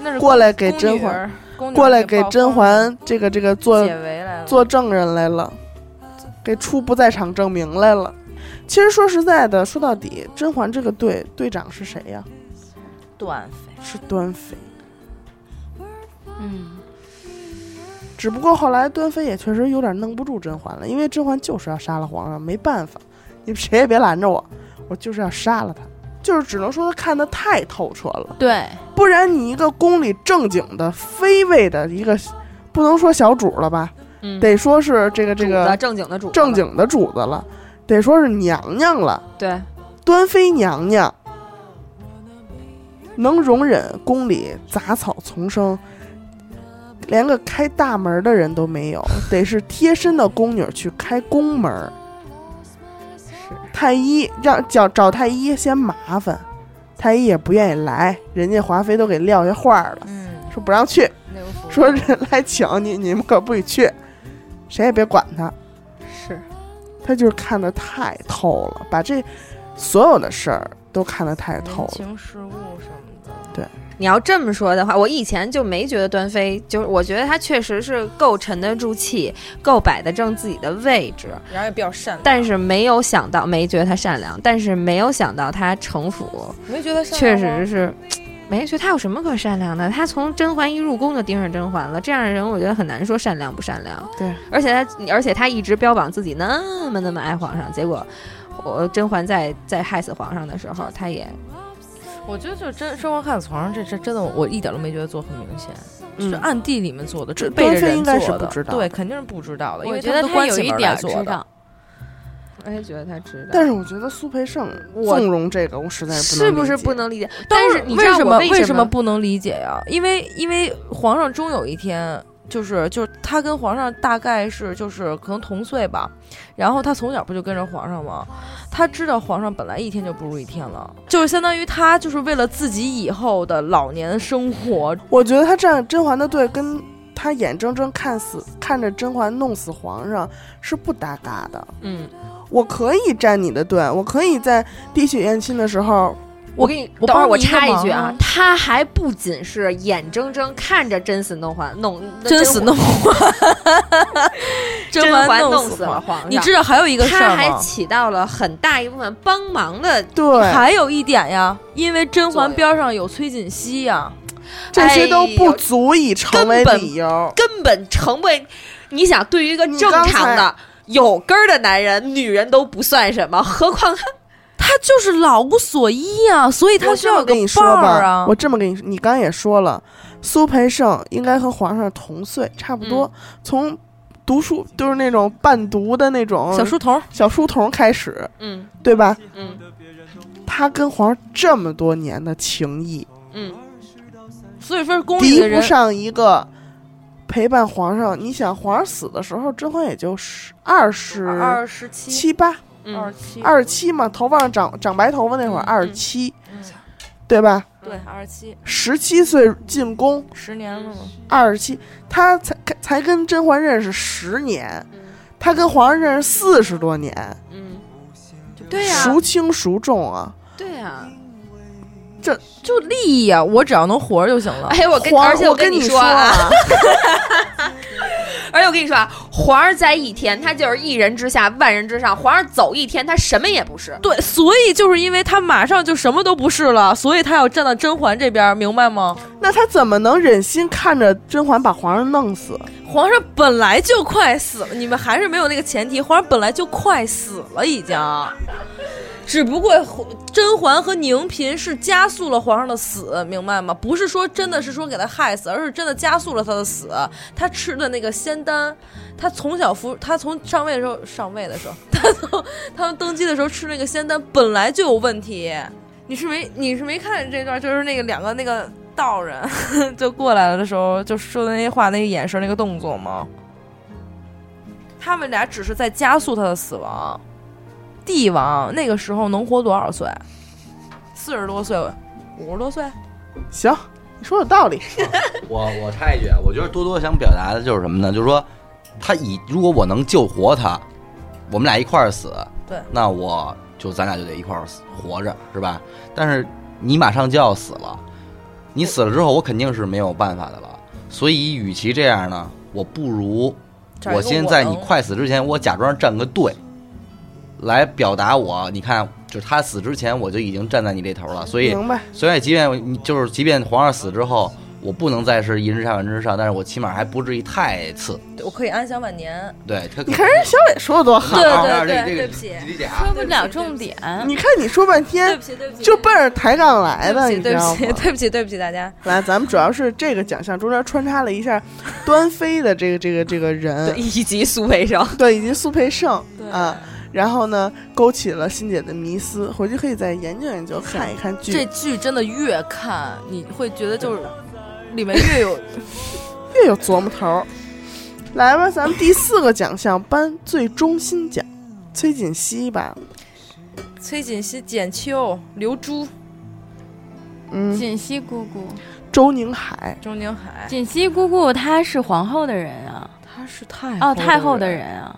E: 那是
F: 过来给
E: 宫
F: 甄
E: 女
F: 嬛
E: 儿，宫女儿
F: 过来给
E: 报
F: 甄
E: 风
F: 嬛这个这个做
E: 解围来了，
F: 做证人来了，给出不在场证明来了。其实说实在的，说到底，甄嬛这个队队长是谁呀？
E: 断匪。
F: 是端妃。
A: 嗯，
F: 只不过后来端妃也确实有点弄不住甄嬛了，因为甄嬛就是要杀了皇上，没办法，你们谁也别拦着我，我就是要杀了他。就是只能说他看得太透彻了，
A: 对，
F: 不然你一个宫里正经的妃位的一个，不能说小主了吧，
C: 嗯
F: 得说是这个这
C: 主子
F: 个
C: 正经的主子
F: 正经的主子了，得说是娘娘了。
C: 对，
F: 端妃娘娘能容忍宫里杂草丛生，连个开大门的人都没有，得是贴身的宫女去开宫门儿。太医让找找太医嫌麻烦，太医也不愿意来，人家华妃都给撂下话了，
E: 嗯，
F: 说不让去，
E: 那个服务
F: 说人来请你，你们可不许去，谁也别管他。
E: 是
F: 他就是看得太透了，把这所有的事儿都看得太透
E: 人
F: 了。
E: 情世故什么的，
C: 你要这么说的话，我以前就没觉得端妃，就是我觉得她确实是够沉得住气，够摆得正自己的位置，
B: 然后也比较善良，
C: 但是没有想到，没觉得她善良，但是没有想到她城府
B: 你没觉
E: 啊
B: 得善
C: 确
B: 良吗
C: 实是。没觉得她有什么可善良的？她从甄嬛一入宫就盯上甄嬛了，这样的人我觉得很难说善良不善良。
F: 对，
C: 而且她，而且她一直标榜自己那么那么爱皇上，结果我甄嬛在在害死皇上的时候，她也
E: 我觉得就真生活看床上这这真的我一点都没觉得做很明显，
F: 嗯
E: 是暗地里面做的，这
F: 端
E: 背着
F: 妃
E: 人
F: 应该是
E: 做
F: 不
E: 的，
F: 知道
E: 对，肯定是不知道的，因
A: 我
E: 为
A: 觉得
E: 他们都
A: 他
E: 关
A: 有
E: 起
A: 一
E: 门
A: 点
E: 来
A: 儿知
E: 做的。
A: 道，
C: 我也觉得她知道。
F: 但是我觉得苏培盛
C: 我
F: 纵容这个，我实在是不
C: 是
F: 能
C: 不是
F: 理解
C: 不？能理解？但是你知
E: 为
C: 道
E: 什
C: 我
E: 么
C: 什
E: 什么不能理解呀、因为因为皇上终有一天，就是就是他跟皇上大概是就是可能同岁吧，然后他从小不就跟着皇上吗？他知道皇上本来一天就不如一天了，就是相当于他就是为了自己以后的老年生活，
F: 我觉得他站甄嬛的队，跟他眼睁睁看死看着甄嬛弄死皇上是不搭嘎的。
C: 嗯，
F: 我可以站你的队，我可以在滴血验亲的时候，
C: 我给你
E: 我
C: 等会儿
E: 帮
C: 我
E: 你一个
C: 插一
E: 忙
C: 句啊
E: 啊，
C: 他还不仅是眼睁睁看着真死弄嬛弄
E: 真死弄嬛，甄
C: 甄
E: 嬛
C: 嬛弄
E: 死
C: 死了
E: 嬛。
C: 皇上，
E: 你知道还有一个事
C: 他
E: 儿
C: 还
E: 吗？
C: 起到了很大一部分帮忙的，
F: 对
E: 还有一点呀，因为甄
C: 作
E: 嬛
C: 用
E: 边上有崔槿汐呀，
F: 这些都
C: 哎
F: 不
C: 呦
F: 足以成为
C: 根本
F: 理由。
C: 根本成不为。你想，对于一个
F: 你
C: 正
F: 刚
C: 常
F: 才
C: 的有根儿的男人，女人都不算什么，何况他
E: 她就是老无所依呀，所以她
F: 我
E: 需
F: 这
E: 要
F: 么
E: 有个
F: 跟你说
E: 伴儿
F: 吧
E: 啊，。
F: 我这么跟你，说，你刚也说了，苏培盛应该和皇上同岁，差不多，
E: 嗯
F: 从读书就是那种伴读的那种
E: 小书童，
F: 小书童开始，
C: 嗯
F: 对吧？
C: 嗯
F: 他跟皇上这么多年的情谊，
C: 嗯，
E: 所以说宫里的
F: 敌
E: 人
F: 不上一个陪伴皇上。你想，皇上死的时候，甄嬛也就十二十
E: 二十七，
F: 七八，
C: 嗯
E: 二十七，
F: 二十七嘛，头发上长长白头发那会儿，
C: 嗯
F: 二十七，对吧？
E: 对，二十七，
F: 十七岁进宫，
E: 十年了嘛。
F: 二十七，他才才跟甄嬛认识十年，
C: 嗯
F: 他跟皇上认识四十多年，
C: 嗯，对
E: 啊
C: 呀、
F: 孰轻孰重啊？
C: 对呀、
E: 就利益啊，我只要能活着就行了。
C: 哎，我跟
F: 皇
C: 而且
F: 我跟
C: 你
F: 你
C: 说
F: 说
C: 啊，
F: 啊，
C: 而且我跟你说啊，皇儿在一天，他就是一人之下，万人之上。皇儿走一天，他什么也不是。
E: 对，所以就是因为他马上就什么都不是了，所以他要站到甄嬛这边，明白吗？
F: 那他怎么能忍心看着甄嬛把皇上弄死？
E: 皇上本来就快死了，你们还是没有那个前提，皇上本来就快死了，已经。只不过甄嬛和宁嫔是加速了皇上的死，明白吗？不是说真的是说给他害死，而是真的加速了他的死。他吃的那个仙丹，他从小服，他从上位的时候，上位的时候， 他从他们登基的时候吃那个仙丹本来就有问题。你是没你是没看见这段，就是那个两个那个道人就过来了的时候，就说的那些话、那个眼神、那个动作吗？他们俩只是在加速他的死亡。帝王那个时候能活多少岁？四十多岁，五十多岁？
F: 行，你说有道理，
H: 我我插一句，啊我觉得多多想表达的就是什么呢？就是说，他以如果我能救活他，我们俩一块儿死，
E: 对，
H: 那我就咱俩就得一块儿死活着，是吧？但是你马上就要死了，你死了之后，我肯定是没有办法的了。所以，与其这样呢，我不如
E: 找一个
H: 我先在你
E: 能
H: 快死之前，我假装站个队，来表达我。你看，就是他死之前，我就已经站在你这头了，所以
F: 明白？
H: 所以，即便你就是即便皇上死之后，我不能再是一人之下万人之上，但是我起码还不至于太次。
E: 我可以安享晚年。
H: 对，他
F: 你看人家小伟说的多好，
E: 对
H: 啊
E: 对对
H: 这这
E: 对
H: 个
E: 不起
H: 理解啊
A: 说。不了重点。
F: 你看你说半
E: 对
F: 天
E: 不起，对不起，
F: 就奔着抬杠来
E: 对
F: 的，
E: 不起，
F: 你知
E: 对
F: 道
E: 不
F: 吗
E: 起，？对不起，对不起大家。
F: 来，咱们主要是这个奖项中间穿插了一下端妃的这个这个这个人，
C: 以及苏培盛，
F: 对，以及苏培盛
E: 对
F: 啊，然后呢，勾起了欣姐的迷思，回去可以再研究研究，看一看剧。
E: 这剧真的越看你会觉得就是里面越有
F: 越有琢磨头儿。来吧，咱们第四个奖项颁最终新奖，崔槿汐吧。
E: 崔槿汐、简秋、刘珠、
F: 嗯，
A: 锦溪姑姑，
F: 周宁海，
E: 钟景海，
A: 锦溪姑姑她是皇后的人啊，
E: 她是太
A: 哦，太后
E: 的哎
A: 的，人啊，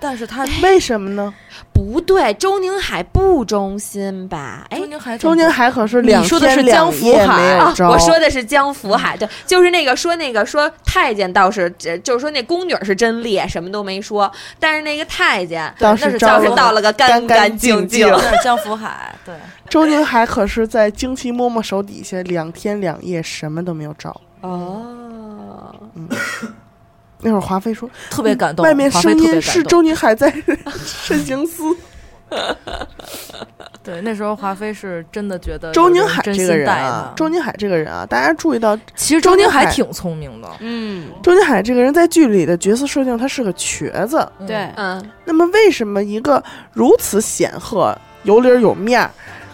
E: 但是她
F: 为什么呢？
C: 不对，周宁海不忠心吧？哎
E: 周，宁海怎
F: 周
E: 么
F: 宁海可是两
E: 你说的是
F: 天两
E: 江福
F: 夜
E: 海啊
F: 没有招，
C: 啊我说的是江福海，对，就是那个说那个说太监倒是，呃就是说那宫女儿是真烈，什么都没说，但是那个太监
F: 倒
C: 那是
F: 招
C: 倒是倒了个干
F: 干
C: 干净
F: 净净
E: 有点像福海， 对，
F: 周宁海可是在经期嬷嬷手底下两天两夜什么都没有招。
C: 哦，
F: 那会儿华妃说，
E: 特别感动。
F: 外面
E: 华妃
F: 声
E: 特别
F: 音
E: 感
F: 是
E: 动
F: 周宁海在 慎行司。
E: 对，那时候华妃是真的觉得
F: 周
E: 有
F: 宁
E: 人
F: 海
E: 真
F: 这
E: 心
F: 个人
E: 待
F: 啊
E: 她，
F: 周宁海这个人啊，大家注意到
E: 其实周
F: 宁
E: 宁
F: 海
E: 海挺聪明的，
A: 嗯，
F: 周宁海这个人在剧里的角色设定，他是个瘸子。
E: 嗯
A: 对，
C: 嗯，
F: 那么，为什么一个如此显赫、有理儿有面儿、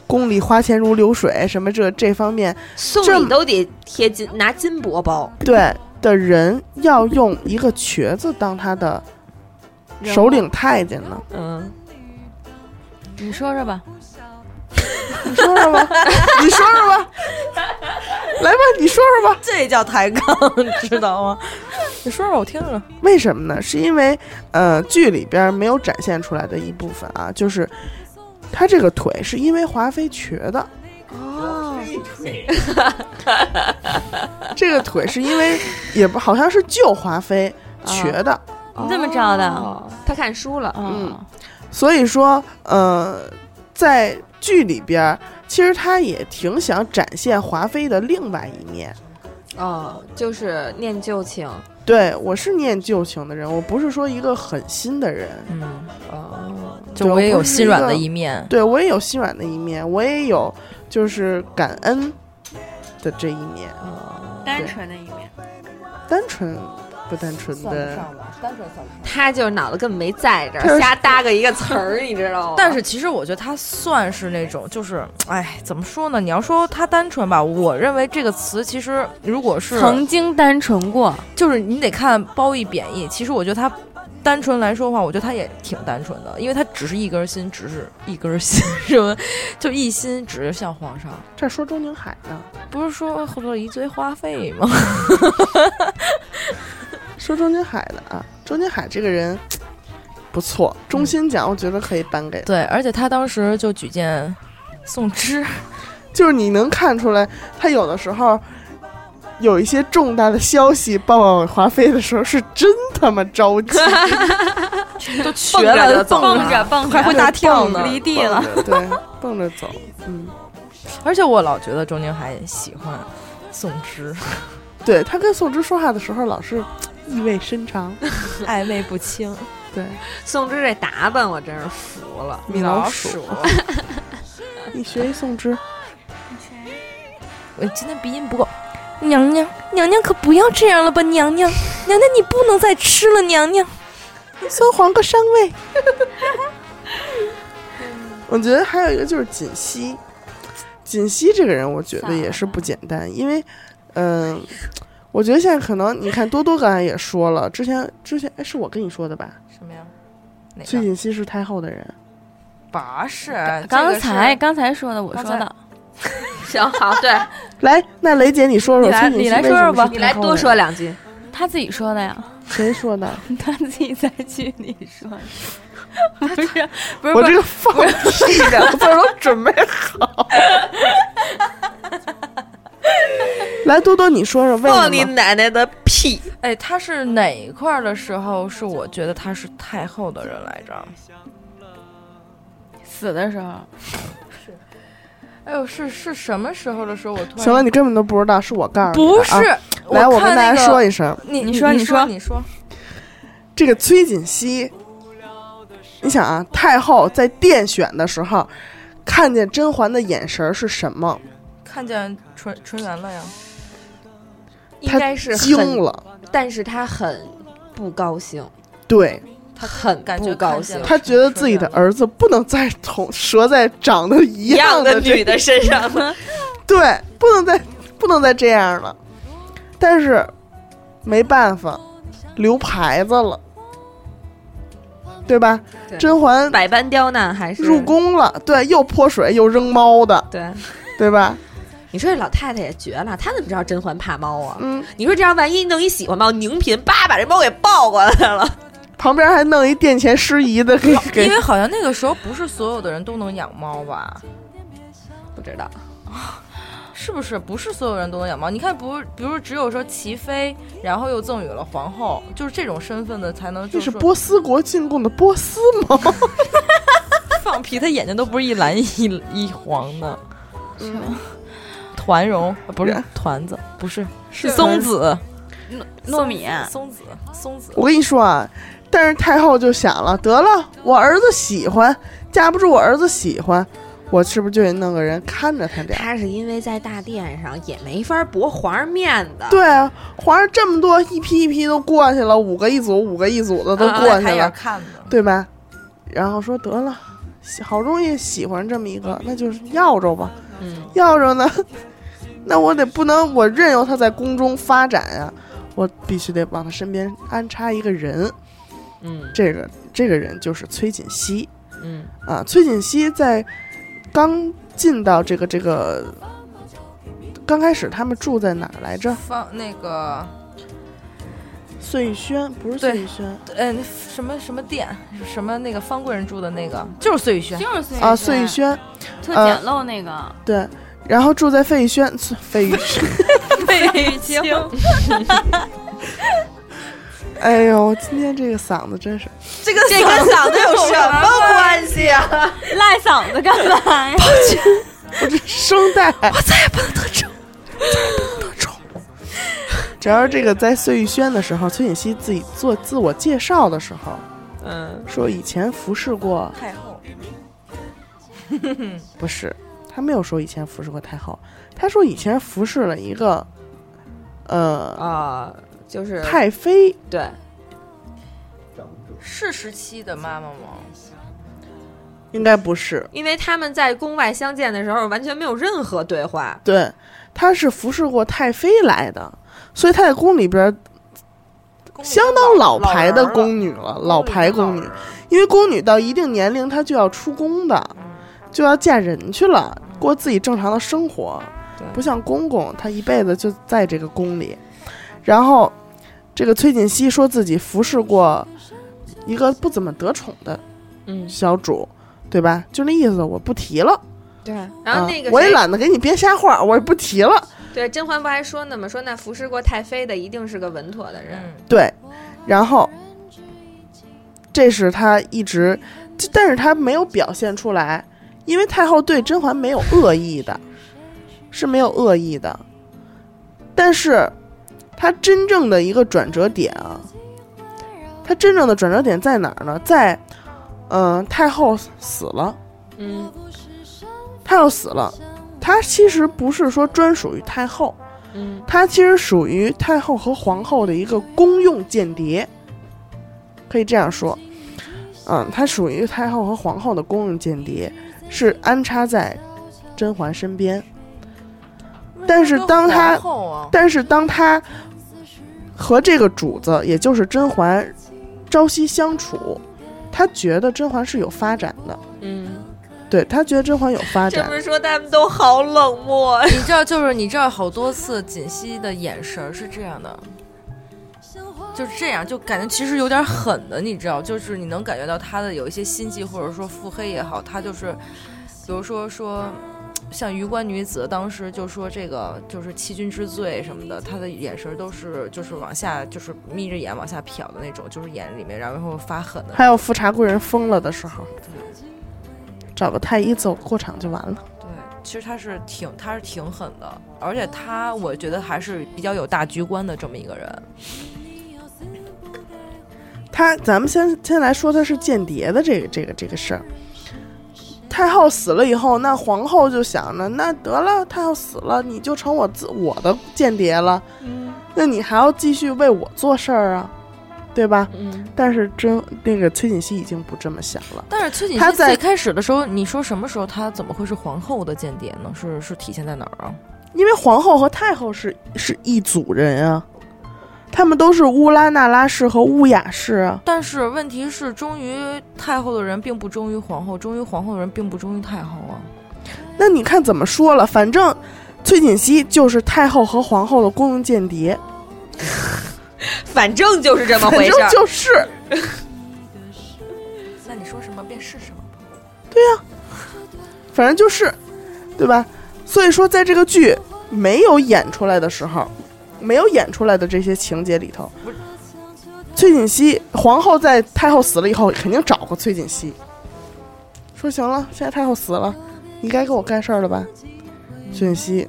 F: 宫里花钱如流水什么这这方面
C: 送
F: 这
C: 礼都得贴金，拿金箔包，
F: 对的人，要用一个瘸子当他的首领太监呢？
C: 嗯，
A: 你说说吧，
F: 你说说吧，你说说吧，来吧，你说说吧。
E: 这叫抬杠，知道吗？ 你说说我听着。
F: 为什么呢？是因为呃，剧里边没有展现出来的一部分啊，就是他这个腿是因为华妃瘸的。哦，这个腿是因为也不好像是救华妃瘸的，
A: 你怎么知道的
C: 哦？他看书了，
A: 嗯，
F: 所以说呃，在剧里边其实他也挺想展现华妃的另外一面。
C: 哦，就是念旧情，
F: 对我是念旧情的人，我不是说一个狠心的人。
E: 嗯，
C: 哦，
E: 就
F: 对
E: 我也
F: 我
E: 有
F: 不是一
E: 心软
F: 个
E: 的一面，
F: 对我也有心软的一面，我也有就是感恩的这一面，
C: 哦
A: 单纯的一面，
F: 单纯不单纯的。
E: 吧，单纯算不上。
C: 他就是脑子根本没在这
F: 他是
C: 儿，瞎搭个一个词儿，你知道吗？
E: 但是其实我觉得他算是那种，就是，哎，怎么说呢？你要说他单纯吧，我认为这个词其实如果是
A: 曾经单纯过，
E: 就是你得看褒义贬义。其实我觉得他单纯来说的话，我觉得他也挺单纯的，因为他只是一根心，只是一根心，什么就一心只向皇上。
F: 这儿说周宁海呢，
E: 不是说喝了一堆花费吗？
F: 说周宁海的啊，周宁海这个人不错，中心奖我觉得可以颁给他，
E: 对，而且他当时就举荐宋芝，
F: 就是你能看出来，他有的时候。有一些重大的消息报告给华妃的时候，是真他妈着急，
E: 都瘸了，
C: 蹦
E: 蹦
A: 蹦着蹦
E: 还
A: 着
E: 会大跳呢。
A: 离地了，
F: 对，蹦着走，嗯，
E: 而且我老觉得周宁海喜欢宋芝，
F: 对他跟宋芝说话的时候，老是意味深长，
E: 暧昧 不清，
F: 对，
C: 宋芝这打扮我真是服了，
F: 米老鼠， 你学一宋芝，
E: 我呃今天鼻音不够。娘娘，娘娘可不要这样了吧！娘娘，娘娘你不能再吃了，娘娘。
F: 酸黄瓜伤胃。 我觉得还有一个就是锦溪，锦溪这个人，我觉得也是不简单，因为，嗯、我觉得现在可能你看多多刚才也说了，之前之前哎是我跟你说的吧，
E: 什么呀？哪
F: 崔
E: 个？
F: 锦溪是太后的人，
E: 不是，啊这
A: 刚
E: 个是
A: 才刚才说的，我
E: 刚
A: 说
E: 才
A: 的，
C: 行好，对
F: 来，那雷姐你说说
A: 你来
F: 崔锦
A: 你
F: 溪
A: 来
F: 为什
A: 说说
F: 么
A: 吧
F: 是
C: 你
F: 太
C: 来
F: 后
C: 多
F: 的
C: 说
F: 人
C: 两句，
A: 他自己说的呀，
F: 谁说的？
A: 他自己在剧里说的，不是不
F: 我
A: 是不
F: 这
A: 是
F: 个放屁两个字儿都准备 好。来，多多，你说说为
C: 放你
F: 什么？
C: 奶奶的屁！
E: 哎，他是哪一块儿的时候是我觉得他是太后的人来着？
A: 死的时候，
E: 哎呦，是是什么时候的时候？我突然
F: 行了，你根本都不知道，是我告诉你的
E: 不
F: 啊
E: 是，
F: 来，我跟
E: 我看
F: 大
E: 那
F: 家
E: 个
F: 说一声，
E: 你
A: 你
E: 你
A: 说你
E: 你
A: 说
E: 你说，
F: 这个崔槿汐，你想啊，太后在殿选的时候，看见甄嬛的眼神儿是什么？
E: 看见纯纯元了呀？
C: 应该是
F: 惊
C: 很，
F: 了，
C: 但是他很不高兴，
F: 对，
E: 他
C: 很
E: 感觉
C: 不高
E: 看见
C: 兴
E: 了
F: 他觉得自己的儿子不能再同折在长得一
C: 一样
F: 的
C: 的
F: 这
C: 女的身上吗？
F: 对，不能再不能再这样了。但是没办法，留牌子了，对吧？
C: 对
F: 甄嬛
C: 百般刁难还是
F: 入宫了，对，又泼水又扔猫的，
C: 对，
F: 对吧？
C: 你说这老太太也绝了，她怎么知道甄嬛怕猫啊？
F: 嗯，
C: 你说这样万一弄一喜欢猫，宁嫔叭把这猫给抱过来了，
F: 旁边还弄一殿前师姨的给
E: 因
F: 给
E: 为好像那个时候不是所有的人都能养猫吧？
C: 不知道
E: 是不是？不是所有人都能养猫？你看，不是，比如只有说齐妃，然后又赠予了皇后，就是这种身份的才能
F: 这
E: 就是说
F: 波斯国进贡的波斯猫，
E: 放屁，他眼睛都不是一蓝一一黄的，团蓉呃不是
F: 是
E: 团子，不是
F: 是啊
E: 松子，
A: 糯米
E: 松子，松子，
F: 我跟你说啊，但是太后就想了，得了，我儿子喜欢，架不住我儿子喜欢，我是不是就得弄个人看着他点儿？
C: 她是因为在大殿上也没法驳皇上面子，
F: 对啊，皇上这么多，一批一批都过去了，五个一组，五个一组的都
E: 啊
F: 过去
E: 抬眼
F: 了，
E: 看的。
F: 对吧？然后说得了，喜好容易喜欢这么一
E: 嗯
F: 个，那就是要着吧。
C: 嗯，
F: 要着呢， 那我得不能我任由他在宫中发展啊，我必须得往他身边安插一个人。
C: 嗯
F: 这个这个人就是崔槿汐。
C: 嗯
F: 啊，崔槿汐在刚进到这个这个，刚开始他们住在哪儿来着？
E: 放那个，
F: 碎玉轩不是
E: 对
F: 碎玉轩
E: 呃，那什么什么店，什么那个方贵人住的那个，就是碎玉轩，
A: 就是碎
F: 啊，碎玉轩
A: 特
F: 呃
A: 简陋那 个，
F: 对，然后住在费玉轩，碎费玉轩，
A: 费青，
F: 哎呦，我今天这个嗓子真是，
C: 这个这跟嗓子有什么关系啊？
A: 赖嗓子干 嘛呀？
F: 我这声带，我再 也不能得逞，再也不能得逞。主要是这个在碎玉轩的时候，崔槿汐自己做自我介绍的时候，
C: 嗯，
F: 说以前服侍过太后， 不是，他没有说以前服侍过太后，他说以前服侍了一个，呃，
C: 啊，就是
F: 太妃，
C: 对，
E: 是十七的妈妈吗？
F: 应该不是，
C: 因为他们在宫外相见的时候完全没有任何对话，
F: 对，他是服侍过太妃来的，所以他在宫里边相当老牌的宫女了，老牌宫女，因为宫女到一定年龄，她就要出宫的，就要嫁人去了，过自己正常的生活
C: 对，
F: 不像公公，他一辈子就在这个宫里。然后，这个崔槿汐说自己服侍过一个不怎么得宠的
C: 嗯，
F: 小主，对吧？就那意思，我不提了。
C: 对。然后
F: 啊
C: 那个
F: 我也
C: 谁
F: 懒得给你编瞎话，我也不提了。
C: 对甄嬛不还说呢吗？说那服侍过太妃的一定是个稳妥的人，
E: 嗯，
F: 对，然后这是他一直，这但是他没有表现出来，因为太后对甄嬛没有恶意的，是没有恶意的。但是，他真正的一个转折点啊，他真正的转折点在哪儿呢？在，嗯、太后死了，
C: 嗯
F: 太后死了，她其实不是说专属于太后，
C: 嗯
F: 它其实属于太后和皇后的一个公用间谍，可以这样说。嗯，它属于太后和皇后的公用间谍，是安插在甄嬛身边。但是当他
E: 皇后啊，
F: 但是当她和这个主子，也就是甄嬛朝夕相处，她觉得甄嬛是有发展的，
C: 嗯，
F: 对她觉得甄嬛有发
C: 这
F: 展
C: 么，说他们都好冷漠 呀，
E: 你知道，就是你知道，好多次槿汐的眼神儿是这样的，就是这样，就感觉其实有点狠的，你知道，就是你能感觉到她的有一些心计，或者说腹黑也好，她就是，比如说说。像榆关女子当时就说这个就是欺君之罪什么的，她的眼神儿都是就是往下就是眯着眼往下瞟的那种，就是眼里面然后发 狠的
F: 还有富察贵人疯了的时候，找个太医走过场就完了。
E: 对，其实他是挺，他是挺狠的，而且他我觉得还是比较有大局观的这么一个人。
F: 他，咱们先先来说他是间谍的这个这个这个事儿。太后死了以后，那皇后就想着，那得了，太后死了，你就成我自我的间谍了，那你还要继续为我做事儿啊，对吧？
C: 嗯，
F: 但是真那个崔槿汐已经不这么想了。
E: 但是崔槿
F: 她
E: 汐
F: 在
E: 最开始的时候，你说什么时候她怎么会是皇后的间谍呢？是是体现在哪儿啊？
F: 因为皇后和太后是是一组人啊，他们都是乌拉那拉氏和乌雅氏啊。
E: 但是问题是，忠于太后的人并不忠于皇后，忠于皇后的人并不忠于太后啊。
F: 那你看怎么说了？反正崔槿汐就是太后和皇后的公用间谍，
C: 反正就是这么
F: 反
C: 回
F: 正
C: 事儿。
F: 就是
E: 那你说什么便是什么。
F: 反正就是，对吧？所以说，在这个剧没有演出来的时候，没有演出来的这些情节里头，崔槿汐皇后在太后死了以后，肯定找过崔槿汐，说行了，现在太后死了，你该给我干事儿了吧？崔槿汐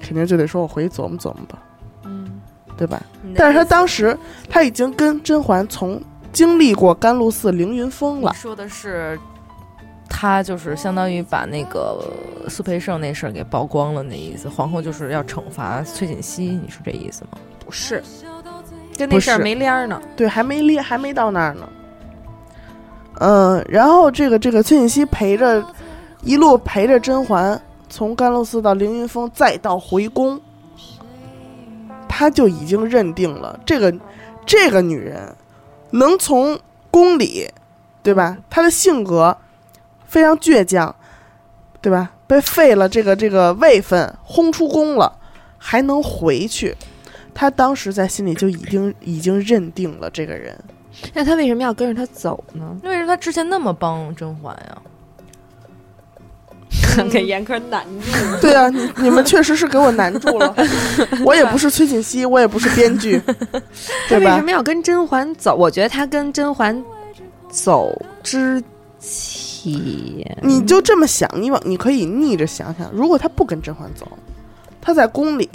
F: 肯定就得说，我回去琢磨琢磨吧，
E: 嗯
F: 对吧？但是她当时她已经跟甄嬛从经历过甘露寺凌云峰了
E: 你，说的是，他就是相当于把那个苏培盛那事儿给曝光了，那意思。皇后就是要惩罚崔槿汐，你是这意思吗？
C: 不是，跟
F: 不
C: 那事儿
F: 是
C: 没联儿呢。
F: 对，还没列，还没到那儿呢。嗯，然后这个这个崔槿汐陪着，一路陪着甄嬛从甘露寺到凌云峰，再到回宫，他就已经认定了这个这个女人能从宫里，对吧？她的性格非常倔强，对吧？被废了这个这个位分，轰出宫了，还能回去，他当时在心里就已经已经认定了这个人，
C: 那他为什么要跟着他走呢？
E: 为什么他之前那么帮甄嬛呀？
C: 给严苛难住。
F: 对啊，你你们确实是给我难住 了。我也不是崔槿汐，我也不是编剧，
C: 他
F: 对
C: 啊为什
F: 吧？
C: 么要跟甄嬛走？我觉得他跟甄嬛走之前，
F: 你就这么想，你往你可以逆着想想，如果他不跟甄嬛走，他在宫里，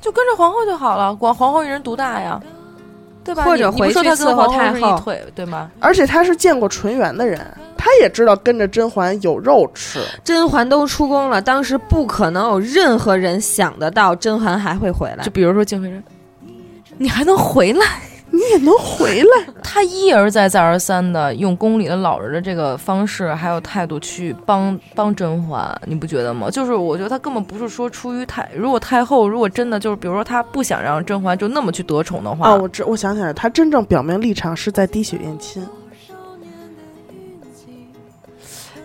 E: 就跟着皇后就好了，管皇后一人独大呀，对吧？
C: 或者
E: 你你不说
C: 回
E: 他
C: 去伺
E: 跟
C: 候
E: 皇
C: 太
E: 是
C: 后
E: 一腿，对吗？
F: 而且他是见过纯元的人，他也知道跟着甄嬛有肉吃。
C: 甄嬛都出宫了，当时不可能有任何人想得到甄嬛还会回来
E: 就。比如说敬妃人，你还能回来？
F: 你也能回来，
E: 他一而再、再而三的用宫里的老人的这个方式还有态度去帮帮甄嬛，你不觉得吗？就是我觉得他根本不是说出于太，如果太后如果真的就是，比如说他不想让甄嬛就那么去得宠的话，
F: 啊！我知，我想起来了，他真正表明立场是在滴血验亲。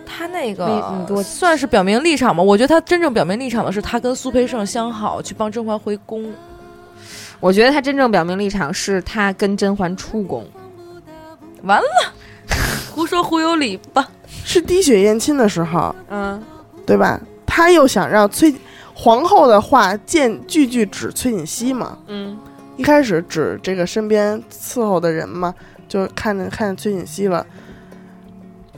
E: 他那
C: 你你给我
E: 个呃算是表明立场吗？我觉得他真正表明立场的是他跟苏培盛相好，去帮甄嬛回宫。
C: 我觉得他真正表明立场是他跟甄嬛出宫。
E: 完了，胡说胡有理吧？
F: 是滴血验亲的时候，
C: 嗯，
F: 对吧？他又想让崔皇后的话见句句指崔槿汐嘛，
C: 嗯，
F: 一开始指这个身边伺候的人嘛，就看着看见崔槿汐了。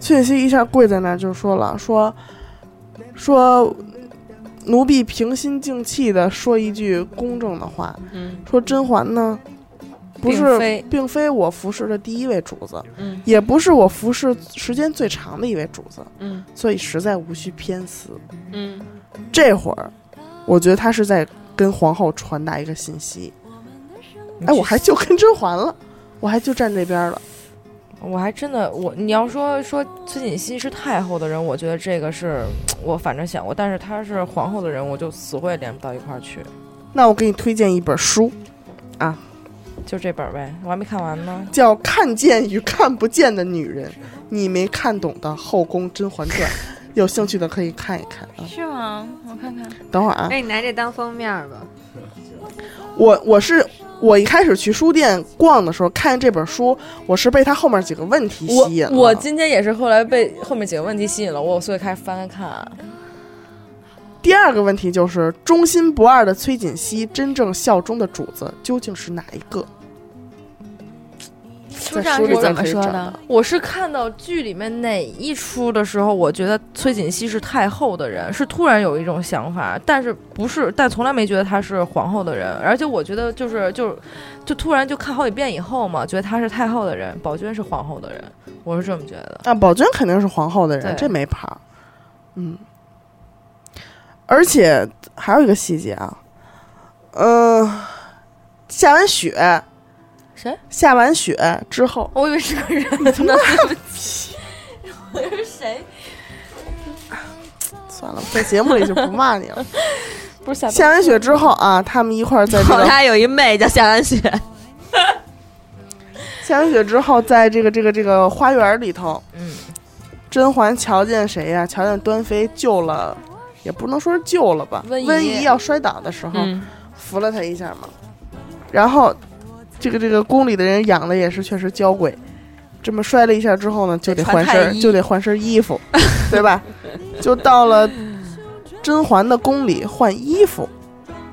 F: 崔槿汐一下跪在那儿就说了，说说奴婢平心静气的说一句公正的话，
C: 嗯，
F: 说甄嬛呢，不
E: 并
F: 是
E: 非
F: 并非我服侍的第一位主子，
C: 嗯
F: 也不是我服侍时间最长的一位主子，
C: 嗯
F: 所以实在无需偏私。
C: 嗯，
F: 这会儿，我觉得他是在跟皇后传达一个信息。哎，我还就跟甄嬛了，我还就站这边了。
E: 我还真的，我你要说说崔槿汐是太后的人，我觉得这个是我反正想过，但是她是皇后的人，我就死活也连不到一块儿去。
F: 那我给你推荐一本书，
E: 就这本儿呗，我还没看完呢。
F: 叫《看见与看不见的女人》，你没看懂的《后宫甄嬛传》，有兴趣的可以看一看啊。
A: 是吗？我看看，
F: 等会儿啊，
C: 那你拿这当封面吧。
F: 我我是我一开始去书店逛的时候看见这本书，我是被它后面几个问题吸引了。
E: 我今天也是后来被后面几个问题吸引了，我所以开始翻看。
F: 第二个问题就是忠心不二的崔槿汐，真正效忠的主子究竟是哪一个？
A: 书
F: 在
A: 上
F: 书里
A: 是
F: 边
A: 怎么
F: 可以
A: 说
F: 找
A: 的
F: 到？
E: 我是看到剧里面哪一出的时候，我觉得崔槿汐是太后的人，是突然有一种想法，但是不是，但从来没觉得她是皇后的人，而且我觉得就是就是，就突然就看好几遍以后嘛，觉得她是太后的人，宝娟是皇后的人，我是这么觉得。
F: 啊，宝娟肯定是皇后的人，
E: 对
F: 这没跑。嗯，而且还有一个细节啊，呃，下完雪，
B: 谁？
F: 下完雪之后，
B: 我以为是个人呢，对不 起，我是谁？
F: 算了，在节目里就不骂你了。
B: 不是下
F: 下完雪之后啊，他们一块儿在 这
C: 我
F: 个
C: 家有一妹叫夏安雪，
F: 下完雪之后，在这个这个这个花园里头，
B: 嗯，
F: 甄嬛瞧见谁呀、瞧见端妃救了，也不能说是救了吧，
B: 温
F: 温
B: 仪
F: 仪要摔倒的时候，
C: 嗯，
F: 扶了她一下嘛。然后这个这个宫里的人养的也是确实娇贵，这么摔了一下之后呢，就得
C: 得
F: 换
C: 穿太
F: 身
C: 医
F: 就得换身衣 服，对吧？就到了甄嬛的宫里换衣服，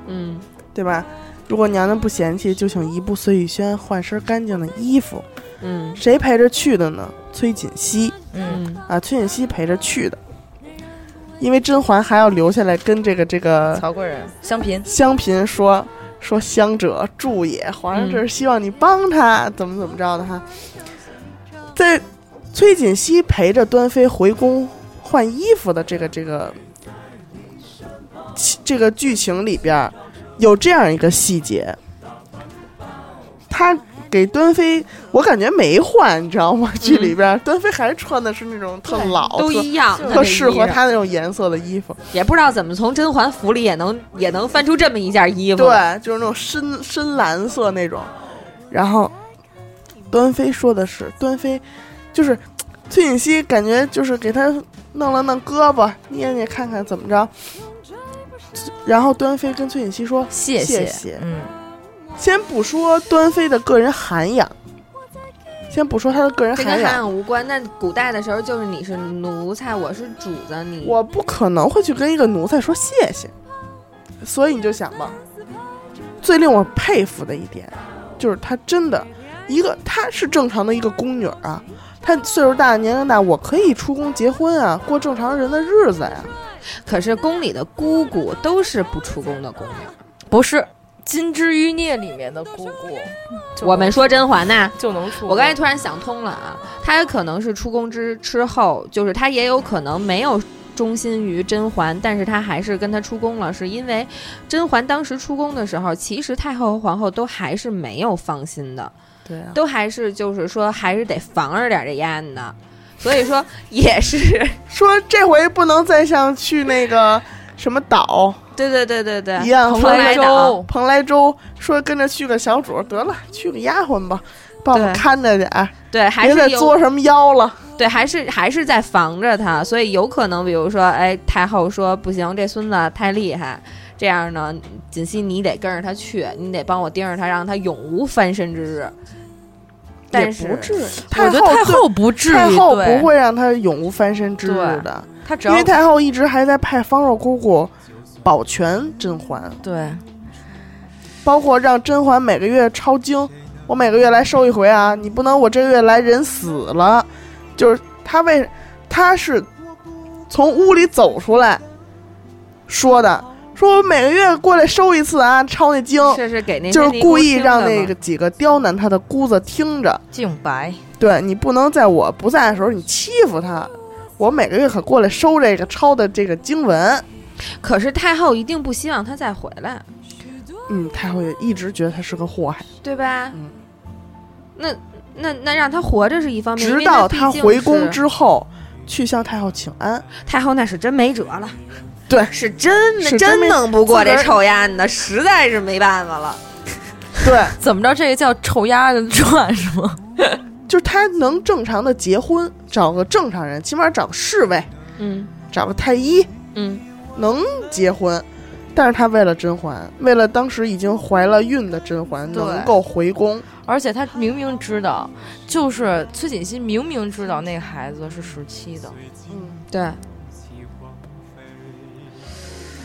C: 嗯，
F: 对吧？如果娘娘不嫌弃，就请移步碎玉轩换身干净的衣服。
C: 嗯
F: 谁陪着去的呢？崔槿汐
B: 嗯，
C: 嗯，
F: 啊，崔槿汐陪着去的，因为甄嬛还要留下来跟这个这个
E: 曹贵人、香嫔，
F: 香嫔说说香者助也，皇上这是希望你帮他、
C: 嗯
F: 怎么怎么着的哈。在崔槿汐陪着端妃回宫换衣服的这个这个这个剧情里边儿有这样一个细节，他给端妃，我感觉没换，你知道吗？剧里边儿端妃还穿的是那种特老
C: 嗯都
F: 特
C: 一样，
F: 特适合她那种颜色的衣服。
C: 也不知道怎么从甄嬛府里也能也能翻出这么一件衣服，，
F: 对，就是那种深深蓝色那种。然后，端妃说的是，端妃就是崔槿汐，感觉就是给她弄了弄胳膊，捏捏看看怎么着。然后端妃跟崔槿汐说
E: 谢
F: 谢
E: 谢
F: 谢，
E: 嗯，：“
F: 先不说端妃的个人涵养，先不说她的个人
C: 这
F: 涵
C: 跟涵
F: 养，
C: 养无关。那古代的时候，就是你是奴才，我是主子，你
F: 我不可能会去跟一个奴才说谢谢。所以你就想吧，最令我佩服的一点，就是她真的一个她是正常的一个宫女儿啊，她岁数大年龄大，我可以出宫结婚啊，过正常人的日子呀、
C: 可是宫里的姑姑都是不出宫的宫女。
E: 不是《金枝欲孽》里面的姑姑
C: 我们说甄嬛呐，
E: 就能出
C: 我刚才突然想通了啊，她可能是出宫之之后，就是她也有可能没有忠心于甄嬛，但是她还是跟她出宫了，是因为甄嬛当时出宫的时候，其实太后和皇后都还是没有放心的，
F: 对啊，
C: 都还是就是说还是得防着点这丫 的，所以说也是。
F: 说这回不能再像去那个什么岛
C: 对对对对对，
F: 一样，
C: 蓬
F: 说
C: 莱岛，
F: 蓬莱州说跟着去个小主儿，得了，去个丫鬟吧，帮我
C: 对
F: 看着点儿，
C: 对，还
F: 别
C: 是
F: 再
C: 有
F: 作什么妖了。
C: 对，还是还是在防着他，所以有可能，比如说，哎，太后说不行，这孙子太厉害，这样呢，锦汐你得跟着他去，你得帮我盯着他，让他永无翻身之日。但是
F: 也不至于，
E: 我觉得太
F: 最
E: 后不至于，
F: 太后
E: 对
F: 不会让他永无翻身之日的，
E: 她只
F: 因
E: 要
F: 为太后一直还在派方若姑姑保全甄嬛，
E: 对
F: 包括让甄嬛每个月抄经，我每个月来收一回啊，你不能我这个月来人死了，就是她为她是从屋里走出来说的，说我每个月过来收一次啊，抄那经，
C: 这是给那些
F: 就是
C: 尼
F: 故
C: 姑
F: 意
C: 听
F: 让
C: 的
F: 那
C: 嘛
F: 个几个刁难她的姑子听着。
E: 净白，
F: 对你不能在我不在的时候你欺负他。我每个月可过来收这个抄的这个经文。
C: 可是太后一定不希望他再回来，
F: 嗯，太后也一直觉得他是个祸害，
C: 对吧？
F: 嗯
C: 那那那让他活着是一方面，因
F: 直
C: 为
F: 到
C: 毕
F: 他
C: 竟
F: 回宫
C: 是
F: 之后去向太后请安。
C: 太后那是真没辙了，
F: 对
C: 是真
F: 是真没
C: 弄不过
F: 自个
C: 这
F: 儿
C: 臭丫的，实在是没办法了。
F: 对，
E: 怎么着？这个叫臭丫的传是吗？
F: 就是他能正常的结婚，找个正常人，起码找个侍卫，
C: 嗯
F: 找个太医
C: 嗯，
F: 能结婚。但是他为了甄嬛，为了当时已经怀了孕的甄嬛
E: 对
F: 能够回宫，
E: 而且她明明知道，就是崔槿汐明明知道那个孩子是十七的，
F: 嗯
C: 对，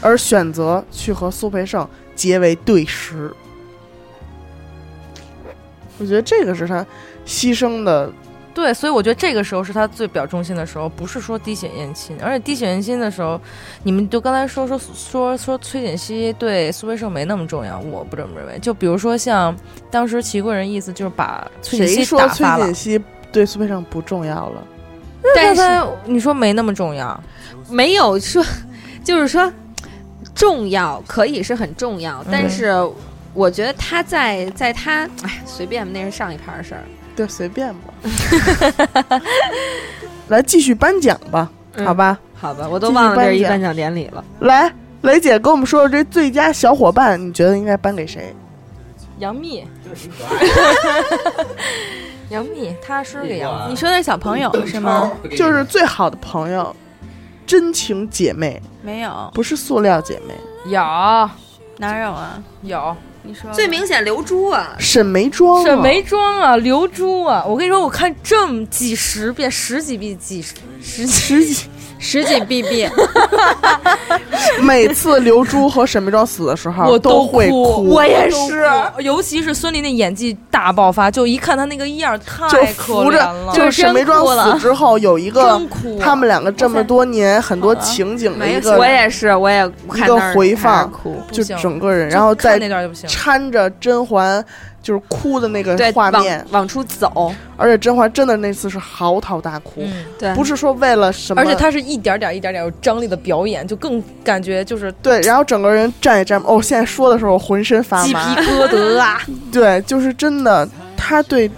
F: 而选择去和苏培盛结为对食。我觉得这个是他牺牲的，
E: 对，所以我觉得这个时候是她最表忠心的时候，不是说滴血验亲，而且滴血验亲的时候，你们就刚才说说说说崔槿汐对苏培盛没那么重要，我不这么认为。就比如说像当时齐贵人意思就是把崔
F: 谁
E: 槿
F: 说
E: 汐打
F: 崔
E: 发了
F: 槿，汐对苏培盛不重要了？
E: 但
C: 但是
E: 是你说没那么重要，
C: 没有
F: 嗯
C: 说，就是说重要可以是很重要，但是我觉得他在在他哎随便吧，那是上一盘的事儿。
F: 对，随便吧。 来继续颁奖吧，
C: 嗯
F: 好吧，
C: 好吧，我都忘了这是一颁奖典礼了。
F: 来雷姐给我们说说这最佳小伙伴，你觉得应该颁给谁？
E: 杨幂，杨幂，他是给杨幂，
A: 你说的是小朋友是吗？？
F: 就是最好的朋友，真情姐妹，
A: 没有，
F: 不是塑料姐妹。
E: 有
A: 哪有啊？
E: 有
A: 你说
C: 最明显刘珠啊，
F: 沈眉庄、啊，
E: 沈眉庄啊，刘珠啊，我跟你说，我看这么几十遍、十几遍、几十十 十几，
A: 十几 BB，
F: 啊每次刘珠和沈眉庄死的时候，
E: 我
F: 都
E: 都
F: 会
E: 哭
F: 我也
E: 是，尤其是孙俪那演技大爆发，就一看她那个样儿太
F: 就
E: 可
F: 扶
E: 怜
F: 着，
E: 了，
F: 就是沈眉庄死之后有一个
E: 真哭啊
F: 他们两个这么多年很多情景的一个
C: 我也是，我也
F: 一
C: 看
F: 个
C: 那儿
F: 回
C: 看那儿
F: 放，
C: 哭，
F: 就
E: 不行
F: 整个人，
E: 就
F: 然后
E: 看
F: 再
E: 那段就不行，
F: 搀着甄嬛就是哭的那个
C: 对，
F: 画
C: 往
F: 面，
C: 往出走，
F: 而且甄嬛真的那次是嚎啕大哭，
E: 嗯，
C: 对，
F: 不是说为了什么，
E: 而且她是一点点、一点点有张力的表演，就更感觉就是
F: 对，然后整个人站也站不，哦，现在说的时候我浑身发
E: 鸡皮
F: 麻，
E: 疙瘩啊，
F: 对，就是真的，他对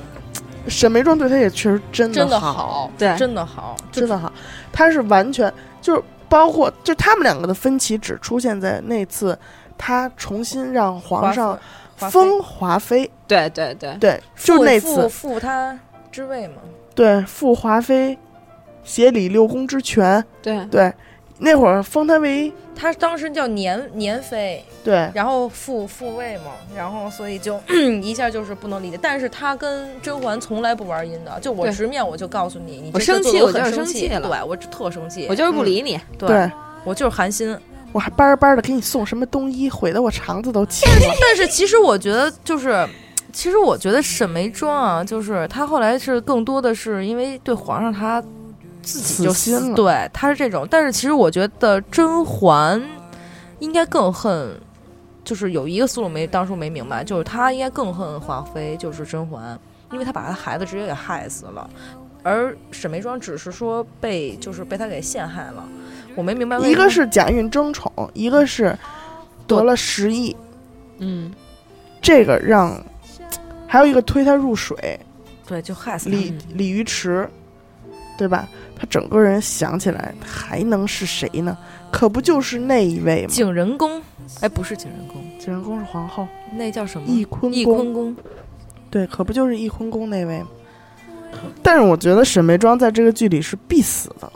F: 沈眉庄对他也确实真
E: 真的
F: 好，
E: 好，
C: 对
E: 真的好，
F: 真的好，他是完全就是包括就他们两个的分歧只出现在那次他重新让皇上
E: 华妃
F: 封华妃，
C: 对对对，
F: 对，就是那次
E: 复复她之位嘛，
F: 对复华妃，协理六宫之权，
C: 对
F: 对，那会儿封他为
E: 她当时叫年年妃。
F: 对
E: 然后复复位嘛，然后所以就 一下就是不能理解。但是他跟甄嬛从来不玩阴的，就我
C: 对
E: 直面我就告诉你，你
C: 我
E: 这事儿
C: 生
E: 做
C: 气
E: 得
C: 我就
E: 很
C: 是
E: 生
C: 生气了
E: 对我特生气，
C: 我就是不理你，
E: 对我就是寒心。
F: 我还巴巴的给你送什么冬衣，毁得我肠子都气了。
E: 但是其实我觉得就是。其实我觉得沈眉庄啊，就是她后来是更多的是因为对皇上她自己就
F: 死心了
E: 对她是这种。但是其实我觉得甄嬛应该更恨，就是有一个思路没当初没明白，就是她应该更恨华妃，就是甄嬛，因为她把她孩子直接给害死了，而沈眉庄只是说被就是被她给陷害了。我没明白为什么，
F: 一个是假孕争宠，一个是得了十亿，
C: 嗯，
F: 这个让，还有一个推他入水，
E: 对就害死她嗯
F: 李李鱼池，对吧？他整个人想起来还能是谁呢？可不就是那一位吗？
E: 景仁宫，哎不是景仁宫，
F: 景仁宫是皇后，
E: 那叫什么？
F: 翊坤
E: 翊
F: 宫
E: 坤宫，
F: 对，可不就是翊坤宫那位吗？但是我觉得沈眉庄在这个剧里是必死的，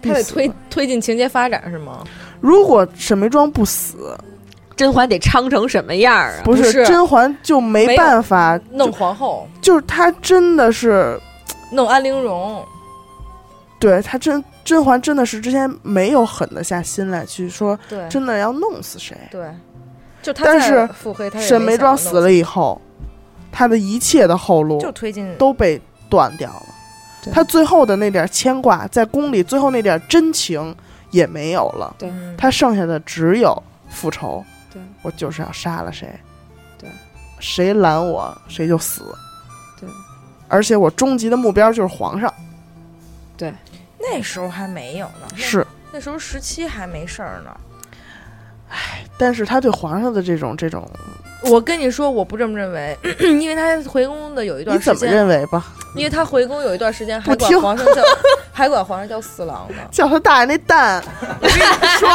F: 必
E: 他得
F: 死
E: 推
F: 的
E: 推进情节发展是吗？
F: 如果沈眉庄不死，
C: 甄嬛得昌成什么样儿啊？
F: 不
E: 啊不是
F: 甄嬛就
E: 没
F: 没
E: 有
F: 办法
E: 弄皇后，
F: 就是她真的是，
E: 弄安陵容，
F: 对她真甄嬛真的是之前没有狠得下心来去说
E: 对
F: 真的要弄死谁。
E: 对，就他
F: 但
E: 再
F: 是
E: 腹黑，他也
F: 沈眉
E: 没
F: 庄
E: 想
F: 死
E: 弄
F: 了以后，她的一切的后路
E: 就推进
F: 都被断掉了。
E: 对
F: 她最后的那点牵挂，在宫里最后那点真情也没有了，
C: 对
E: 嗯
F: 她剩下的只有复仇。
C: 对，
F: 我就是要杀了谁，
C: 对，
F: 谁拦我谁就死。
C: 对，
F: 而且我终极的目标就是皇上。
E: 那时候还没有呢，那
F: 是，
E: 那时候十七还没事儿呢。
F: 但是她对皇上的这种这种，
E: 我跟你说，我不这么认为， 因为他回宫的有一
F: 你
E: 段时
F: 怎么
E: 间，
F: 认为吧？
E: 因为他回宫有一段时间还
F: 不
E: 管
F: 听
E: 皇上叫，还管皇上叫四郎呢。
F: 叫他大爷那 蛋，我跟你说，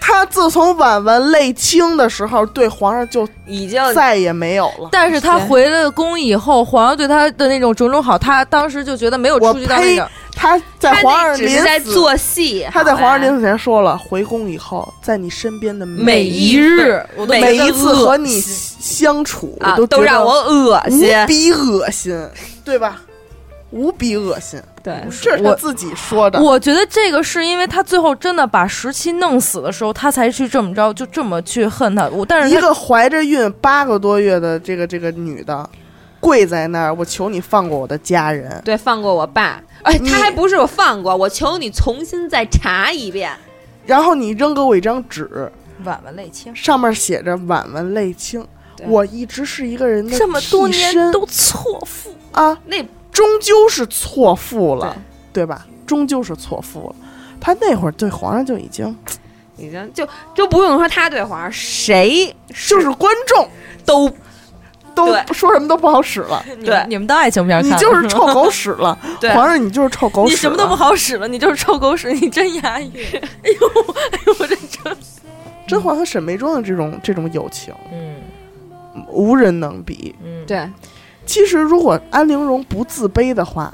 F: 他自从婉婉泪清的时候，对皇上就
C: 已经
F: 再也没有了。
E: 但是他
C: 对
E: 回了宫以后，皇上对他的那种种种好，他当时就觉得没有
F: 我
E: 出去到那
F: 呸
E: 个，
F: 他在
C: 他那
F: 皇上
C: 只
F: 临
C: 是在
F: 死，
C: 做戏，
F: 他在
C: 好吧
F: 皇上临死前说了，回宫以后，在你身边的
E: 每一日我都
F: 每
C: 觉得
F: 一次
C: 恶
F: 和你相处，
C: 啊
F: 我都
C: 都
F: 觉
C: 让
F: 得
C: 我恶
F: 无
C: 心，
F: 比恶心，对吧？无比恶心，
C: 对，
F: 这是他
E: 我
F: 自己说的。
E: 我觉得这个是因为他最后真的把十七弄死的时候，他才去这么着，就这么去恨他。我但
F: 一
E: 是他
F: 个怀着孕八个多月的这个这个女的，跪在那儿，我求你放过我的家人。
C: 对，放过我爸。哎，
F: 你
C: 他还不是我放过，我求你重新再查一遍。
F: 然后你扔给我一张纸，
E: 婉婉泪清，
F: 上面写着“婉婉泪清”。
C: 对
F: 我一直是一个人的
E: 这么多
F: 替
E: 年
F: 身
E: 都错付，
F: 啊，
C: 那
F: 终究是错付了，对吧？终究是错付了。他那会儿对皇上就已经
C: 已经就就不用说他对黄，谁
F: 就是观众
C: 都
F: 都
C: 对
F: 说什么都不好使了，
E: 你们
C: 对
E: 你们当爱情片
F: 你
E: 看了，
F: 就是臭狗屎了，
C: 对
F: 皇上你就是臭狗屎，
E: 你什么都不，好使了，你就是臭狗屎，你真押韵。哎呦，哎呦，我这真……
F: 甄嬛和沈眉庄的这种这种友情
E: 嗯
F: 无人能比。
E: 嗯，
C: 对
F: 其实如果安陵容不自卑的话，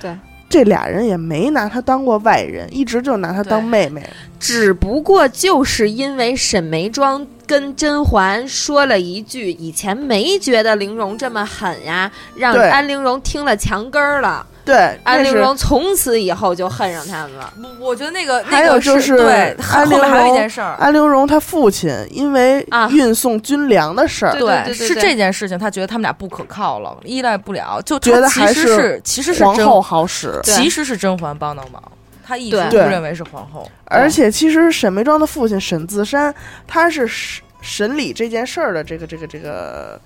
C: 对。
F: 这俩人也没拿她当过外人，一直就拿她当
E: 对
F: 妹妹。
C: 只不过就是因为沈眉庄跟甄嬛说了一句“以前没觉得玲珑这么狠呀”，让
F: 对
C: 安陵容听了墙根儿了。
F: 对，
C: 安
F: 那
C: 陵
F: 是
C: 容从此以后就恨上他们了。
E: 我我觉得那个
F: 还有就是
E: 对，
F: 安
E: 后面
F: 陵
E: 还有一
F: 容
E: 件事儿，
F: 安陵容她父亲因为
C: 啊
F: 运送军粮的事儿，
C: 对对对对
E: 是
C: 对
E: 这件事情，他觉得他们俩不可靠了，依赖不了，就
F: 觉得
E: 他
F: 还
E: 其实
F: 是
E: 是其实是
F: 皇
E: 甄
F: 后好使。
C: 对
E: 其实是甄嬛帮到忙，他一直
C: 对
E: 不
F: 对
E: 认为是皇后。
F: 而且其实沈眉庄的父亲沈自山，他是审审理这件事儿的这个这个这个，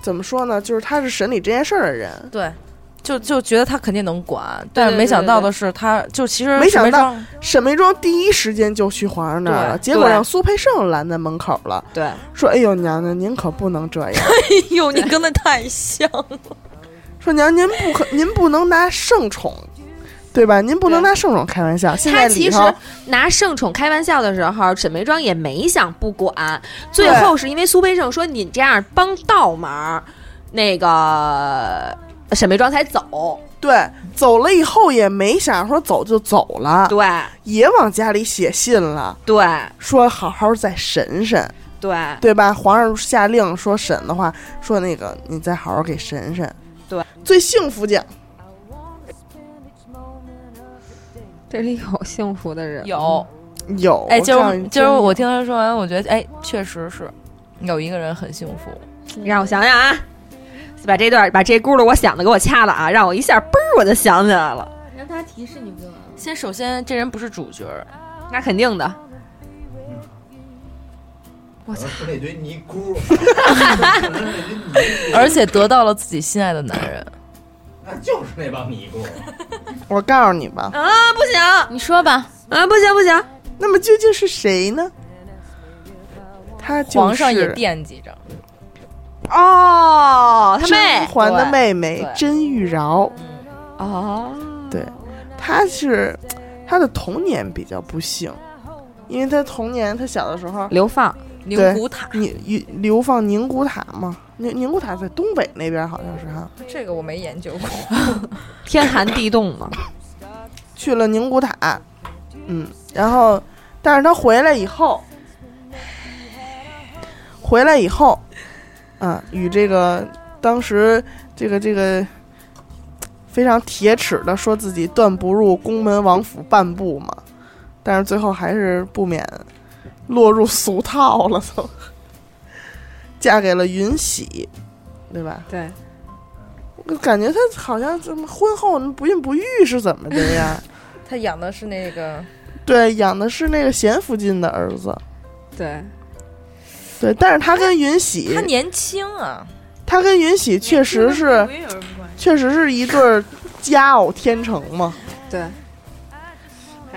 F: 怎么说呢？就是他是审理这件事儿的人。
E: 对，就就觉得他肯定能管，但是
C: 对
E: 没
C: 对
E: 想
C: 对
E: 到
C: 对
E: 的是，他就其实
F: 没想
E: 沈眉
F: 到
E: 庄
F: 沈眉庄第一时间就去皇上那儿了，
E: 对
F: 结果
C: 对
F: 让苏培盛拦在门口了，
C: 对，
F: 说：“哎呦，娘娘，您可不能这样。
E: 哎呦，你跟的太像了。
F: 说娘，您不 可，您不能拿圣宠，对吧？您不能
C: 对
F: 拿圣宠开玩笑。现在
C: 他
F: 里
C: 其实
F: 头
C: 拿圣宠开玩笑的时候，沈眉庄也没想不管。最后是因为苏培盛说你这样帮倒忙，那个沈眉庄才走。
F: 对走了以后也没想说走就走了，
C: 对
F: 也往家里写信了，
C: 对
F: 说好好再审审，
C: 对
F: 对吧？皇上下令说审的话，说那个你再好好给审审。
C: 对，
F: 最幸福奖
C: 这里有幸福的人，
E: 有，
F: 有
E: 嗯哎，今
F: 哦这
E: 儿
F: 样
E: 今儿我听他说完，我觉得哎，确实是有一个人很幸福。
C: 让我想想啊，把这段把这轱辘我想的给我掐了啊，让我一下嘣儿我就想起来了，
A: 让他提示你不就完了？
E: 先首先，这人不是主角儿，
C: 那肯定的。
H: 我操，那堆尼姑，
E: 而且得到了自己心爱的男人。
H: 那就是那帮尼姑。
F: 我告诉你吧，
C: 啊，不行
A: 你说吧，
C: 啊，不行不行，
F: 那么究竟是谁呢？他就是
E: 皇上也惦记着，
C: 哦，他
F: 甄
C: 妹
F: 嬛的妹妹
E: 对
F: 甄玉娆，
C: 哦，
F: 她是她的童年比较不幸，因为她童年她小的时候
C: 流放
E: 灵骨塔
F: 你你流放宁古塔嘛？宁宁古塔在东北那边好像是哈，
E: 这个我没研究过。
C: 天寒地冻嘛，
F: 去了宁古塔，嗯，然后但是他回来以后，回来以后，啊，与这个当时这个这个非常铁齿的说自己断不入宫门王府半步嘛，但是最后还是不免落入俗套了都，嫁给了云喜，对吧？
C: 对，
F: 我感觉他好像怎么婚后不孕不育是怎么的呀？
E: 他养的是那个，
F: 对，养的是那个贤福晋的儿子。
C: 对，
F: 对，但是他跟云喜，
E: 他
F: 他
E: 年轻啊，
F: 跟云喜确实是，确实是一对儿佳偶天成嘛。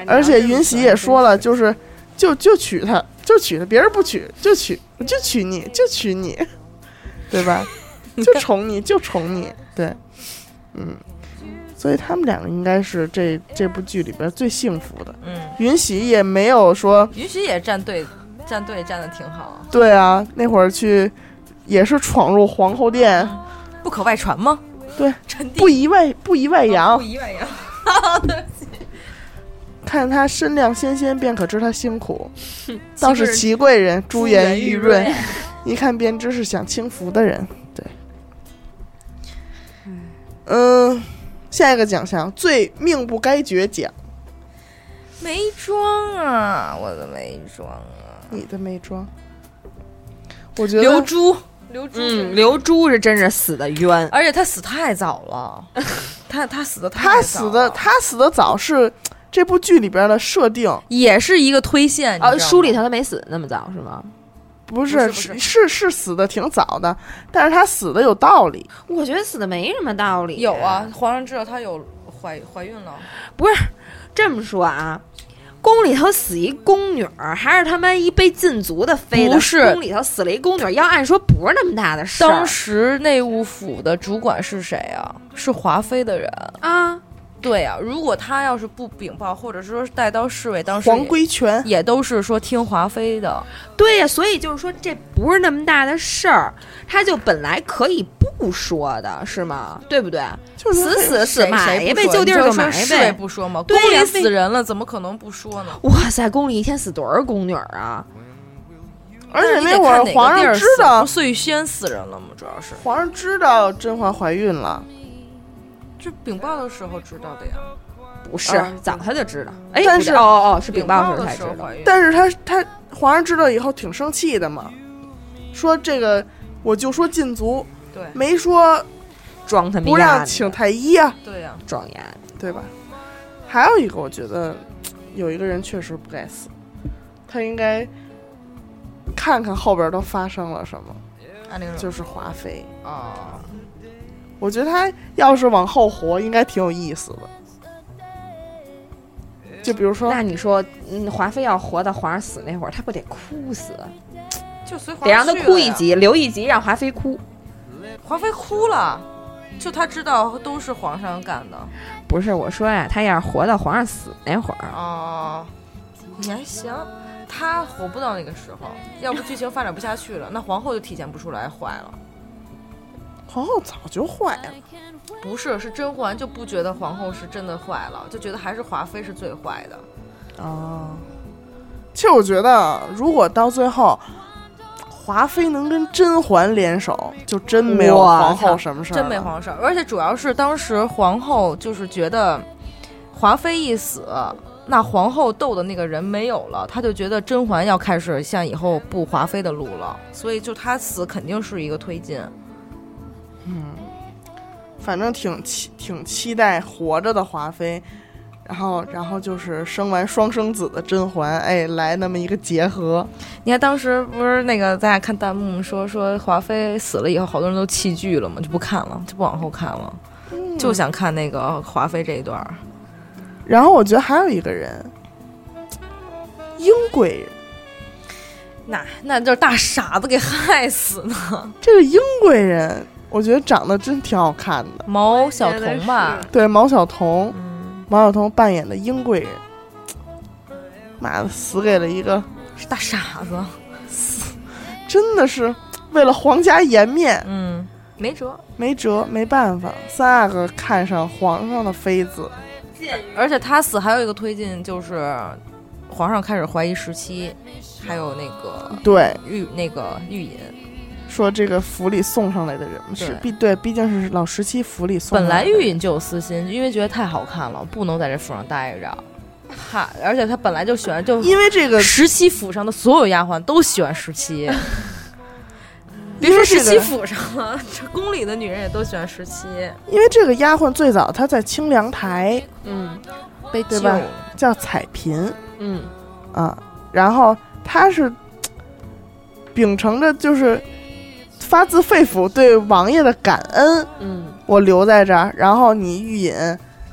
F: 而且云喜也说了，就是就就娶她，就娶她，别人不娶，就娶，我就娶你，就娶你，对吧？就宠你，就宠你，对，嗯。所以他们两个应该是这这部剧里边最幸福的。
E: 嗯，
F: 云喜也没有说
E: 允许也站队，站队站的挺好，
F: 对啊，那会儿去也是闯入皇后殿，
E: 不可外传吗？
F: 对，
E: 陈帝
F: 不宜外哦不宜外扬，
E: 一外扬，
F: 看她身量纤纤，便可知她辛 苦。倒是祺贵人珠圆玉润，一看便知是享清福的人。对，嗯，下一个奖项最命不该绝奖，
E: 没妆啊，我的没妆啊，
F: 你的眉庄，我觉
E: 刘
F: 得
E: 珠，刘珠，
C: 嗯，刘珠是真是死的冤，
E: 而且他死太早了，他他死的
F: 她
E: 太早
F: 死
E: 了，
F: 的她死的早是这部剧里边的设定。
E: 也是一个推线
C: 啊，书里
E: 头
C: 头他没死那么早是吗？
F: 不
E: 不
F: 是
E: 是不是
F: 是是死的挺早的，但是他死的有道理。
C: 我觉得死的没什么道理，
E: 有啊，，皇上知道她有怀怀孕了，
C: 这么说啊，宫里头死一宫女儿，还是他妈一被禁足的妃子？
E: 不是
C: 宫里头死了一宫女儿，要按说不是那么大的事儿。
E: 当时内务府的主管是谁啊？是华妃的人。
C: 啊，
E: 对呀、啊，如果他要是不禀报，或者说是带刀侍卫，当时
F: 黄
E: 也
F: 规全
E: 也都是说听华妃的。
C: 对呀、所以就是说这不是那么大的事儿，他就本来可以不说的，是吗？对不对？
F: 就是
C: 死死死
E: 谁
C: 买
E: 谁
C: 一
E: 不
C: 呗，
E: 说
C: 就地儿
E: 你
C: 就
E: 说
C: 买一
E: 侍卫
C: 呗。
E: 不说吗？
C: 对呀
E: 宫里
C: 非
E: 死人了，怎么可能不说呢？
C: 哇塞，宫里一天死多少宫女儿啊？
F: 而且
E: 你得
F: 那会
E: 看
F: 儿
E: 哪个
F: 皇
E: 地
F: 上
E: 儿
F: 知
E: 死
F: 道
E: 不，碎仙死人了吗？主要是
F: 皇上知道甄嬛怀孕了，
E: 就禀报的时候知道的呀。
C: 不是
E: 啊，
C: 早他就知道。哎，
F: 但
C: 不
F: 是
C: 哦哦哦，是
E: 禀
C: 禀报时
E: 时
C: 候
E: 候
C: 才知道。
E: 怀孕，
F: 但是他他皇上知道以后挺生气的嘛，说这个我就说禁足，
E: 对
F: 没说
C: 装他们
F: 不
C: 丫
F: 让
C: 的
F: 请太医啊，
E: 对呀、
C: 装丫的，
F: 对吧？还有一个，我觉得有一个人确实不该死，他应该看看后边都发生了什么，
E: 安陵容
F: 就是华妃。
E: 啊，
F: 我觉得他要是往后活，应该挺有意思的。就比如说，
C: 那你说，嗯，华妃要活到皇上死那会儿，她不得哭死？
E: 就随华
C: 得让她
E: 去
C: 哭
E: 了
C: 一
E: 呀。
C: 集，留一集让华妃哭。
E: 华妃哭了，就她知道都是皇上干的
C: 不是我说呀、她要是活到皇上死那会儿，啊
E: 哦。你还行，她活不到那个时候，要不剧情发展不下去了，那皇后就体现不出来坏了。
F: 皇后早就坏了，
E: 不是，是甄嬛就不觉得皇后是真的坏了，就觉得还是华妃是最坏的。
F: 其实我觉得啊，如果到最后华妃能跟甄嬛联手，就真没有
C: 哇
F: 皇后什么事儿
E: 真
F: 了
E: 没皇上，而且主要是当时皇后就是觉得华妃一死，那皇后斗的那个人没有了，她就觉得甄嬛要开始向以后步华妃的路了，所以就她死肯定是一个推进。
F: 反正挺期挺期待活着的华妃，然后然后就是生完双生子的甄嬛，哎，来那么一个结合，
E: 你看当时不是那个咱俩看弹幕说说华妃死了以后，好多人都弃剧了嘛，就不看了，就不往后看了，就想看那个华妃这一段儿。
F: 然后我觉得还有一个人，英贵人，
E: 那那就是大傻子给害死呢，
F: 这个英贵人，我觉得长得真挺好看的。
E: 毛晓彤吧？
F: 对，毛晓彤，
E: 嗯，
F: 毛晓彤扮演的英贵人，妈的，死给了一个
E: 是大傻子。
F: 真的是为了皇家颜面
E: 嗯，没辙。
F: 没辙，没办法。三阿哥看上皇上的妃子，
E: 而且他死还有一个推进就是，皇上开始怀疑十七，还有那个
F: 对，
E: 玉那个玉隐。
F: 说这个府里送上来的人是
E: 对
F: 必对，毕竟是老十七府里送
E: 本
F: 上来
E: 来
F: 的。
E: 玉隐就有私心，因为觉得太好看了，不能在这府上待着。哈，而且他本来就喜欢就
F: 因为这个，
E: 十七府上的所有丫鬟都喜欢十 七，
F: 因
E: 别说
F: 为
E: 十
F: 这
E: 七
F: 个，
E: 府上了，这宫里的女人也都喜欢十七，
F: 因为这个丫鬟最早她在清凉台
C: 嗯
E: 被
F: 对
E: 救
F: 吧
E: 了。
F: 叫彩嫔
C: 嗯，
F: 啊，然后她是秉承着就是发自肺腑对王爷的感恩，
C: 嗯，
F: 我留在这儿，然后你玉隐，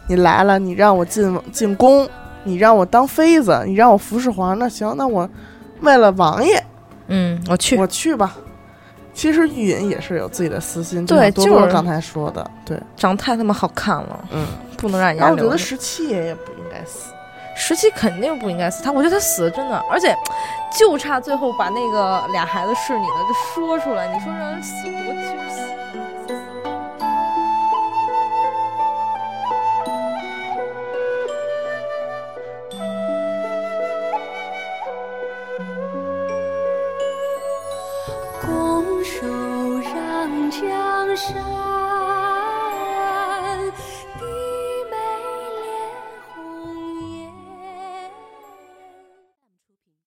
F: 你来了，你让我进进宫，你让我当妃子，你让我服侍皇上，那行，那我为了王爷，
E: 嗯，我去，
F: 我去吧。其实玉隐也是有自己的私心，
E: 对
F: 就像多
E: 就
F: 多
E: 是
F: 刚才说的，对。
E: 长太他妈好看了，
F: 嗯，
E: 不能让人
F: 然
E: 家
F: 后我觉
E: 留
F: 得
E: 着。
F: 十七爷也不应该死，
E: 十七肯定不应该死，他我觉得他死真的，而且就差最后把那个俩孩子是你的就说出来，你说让人死多揪心。
A: 拱手让江山。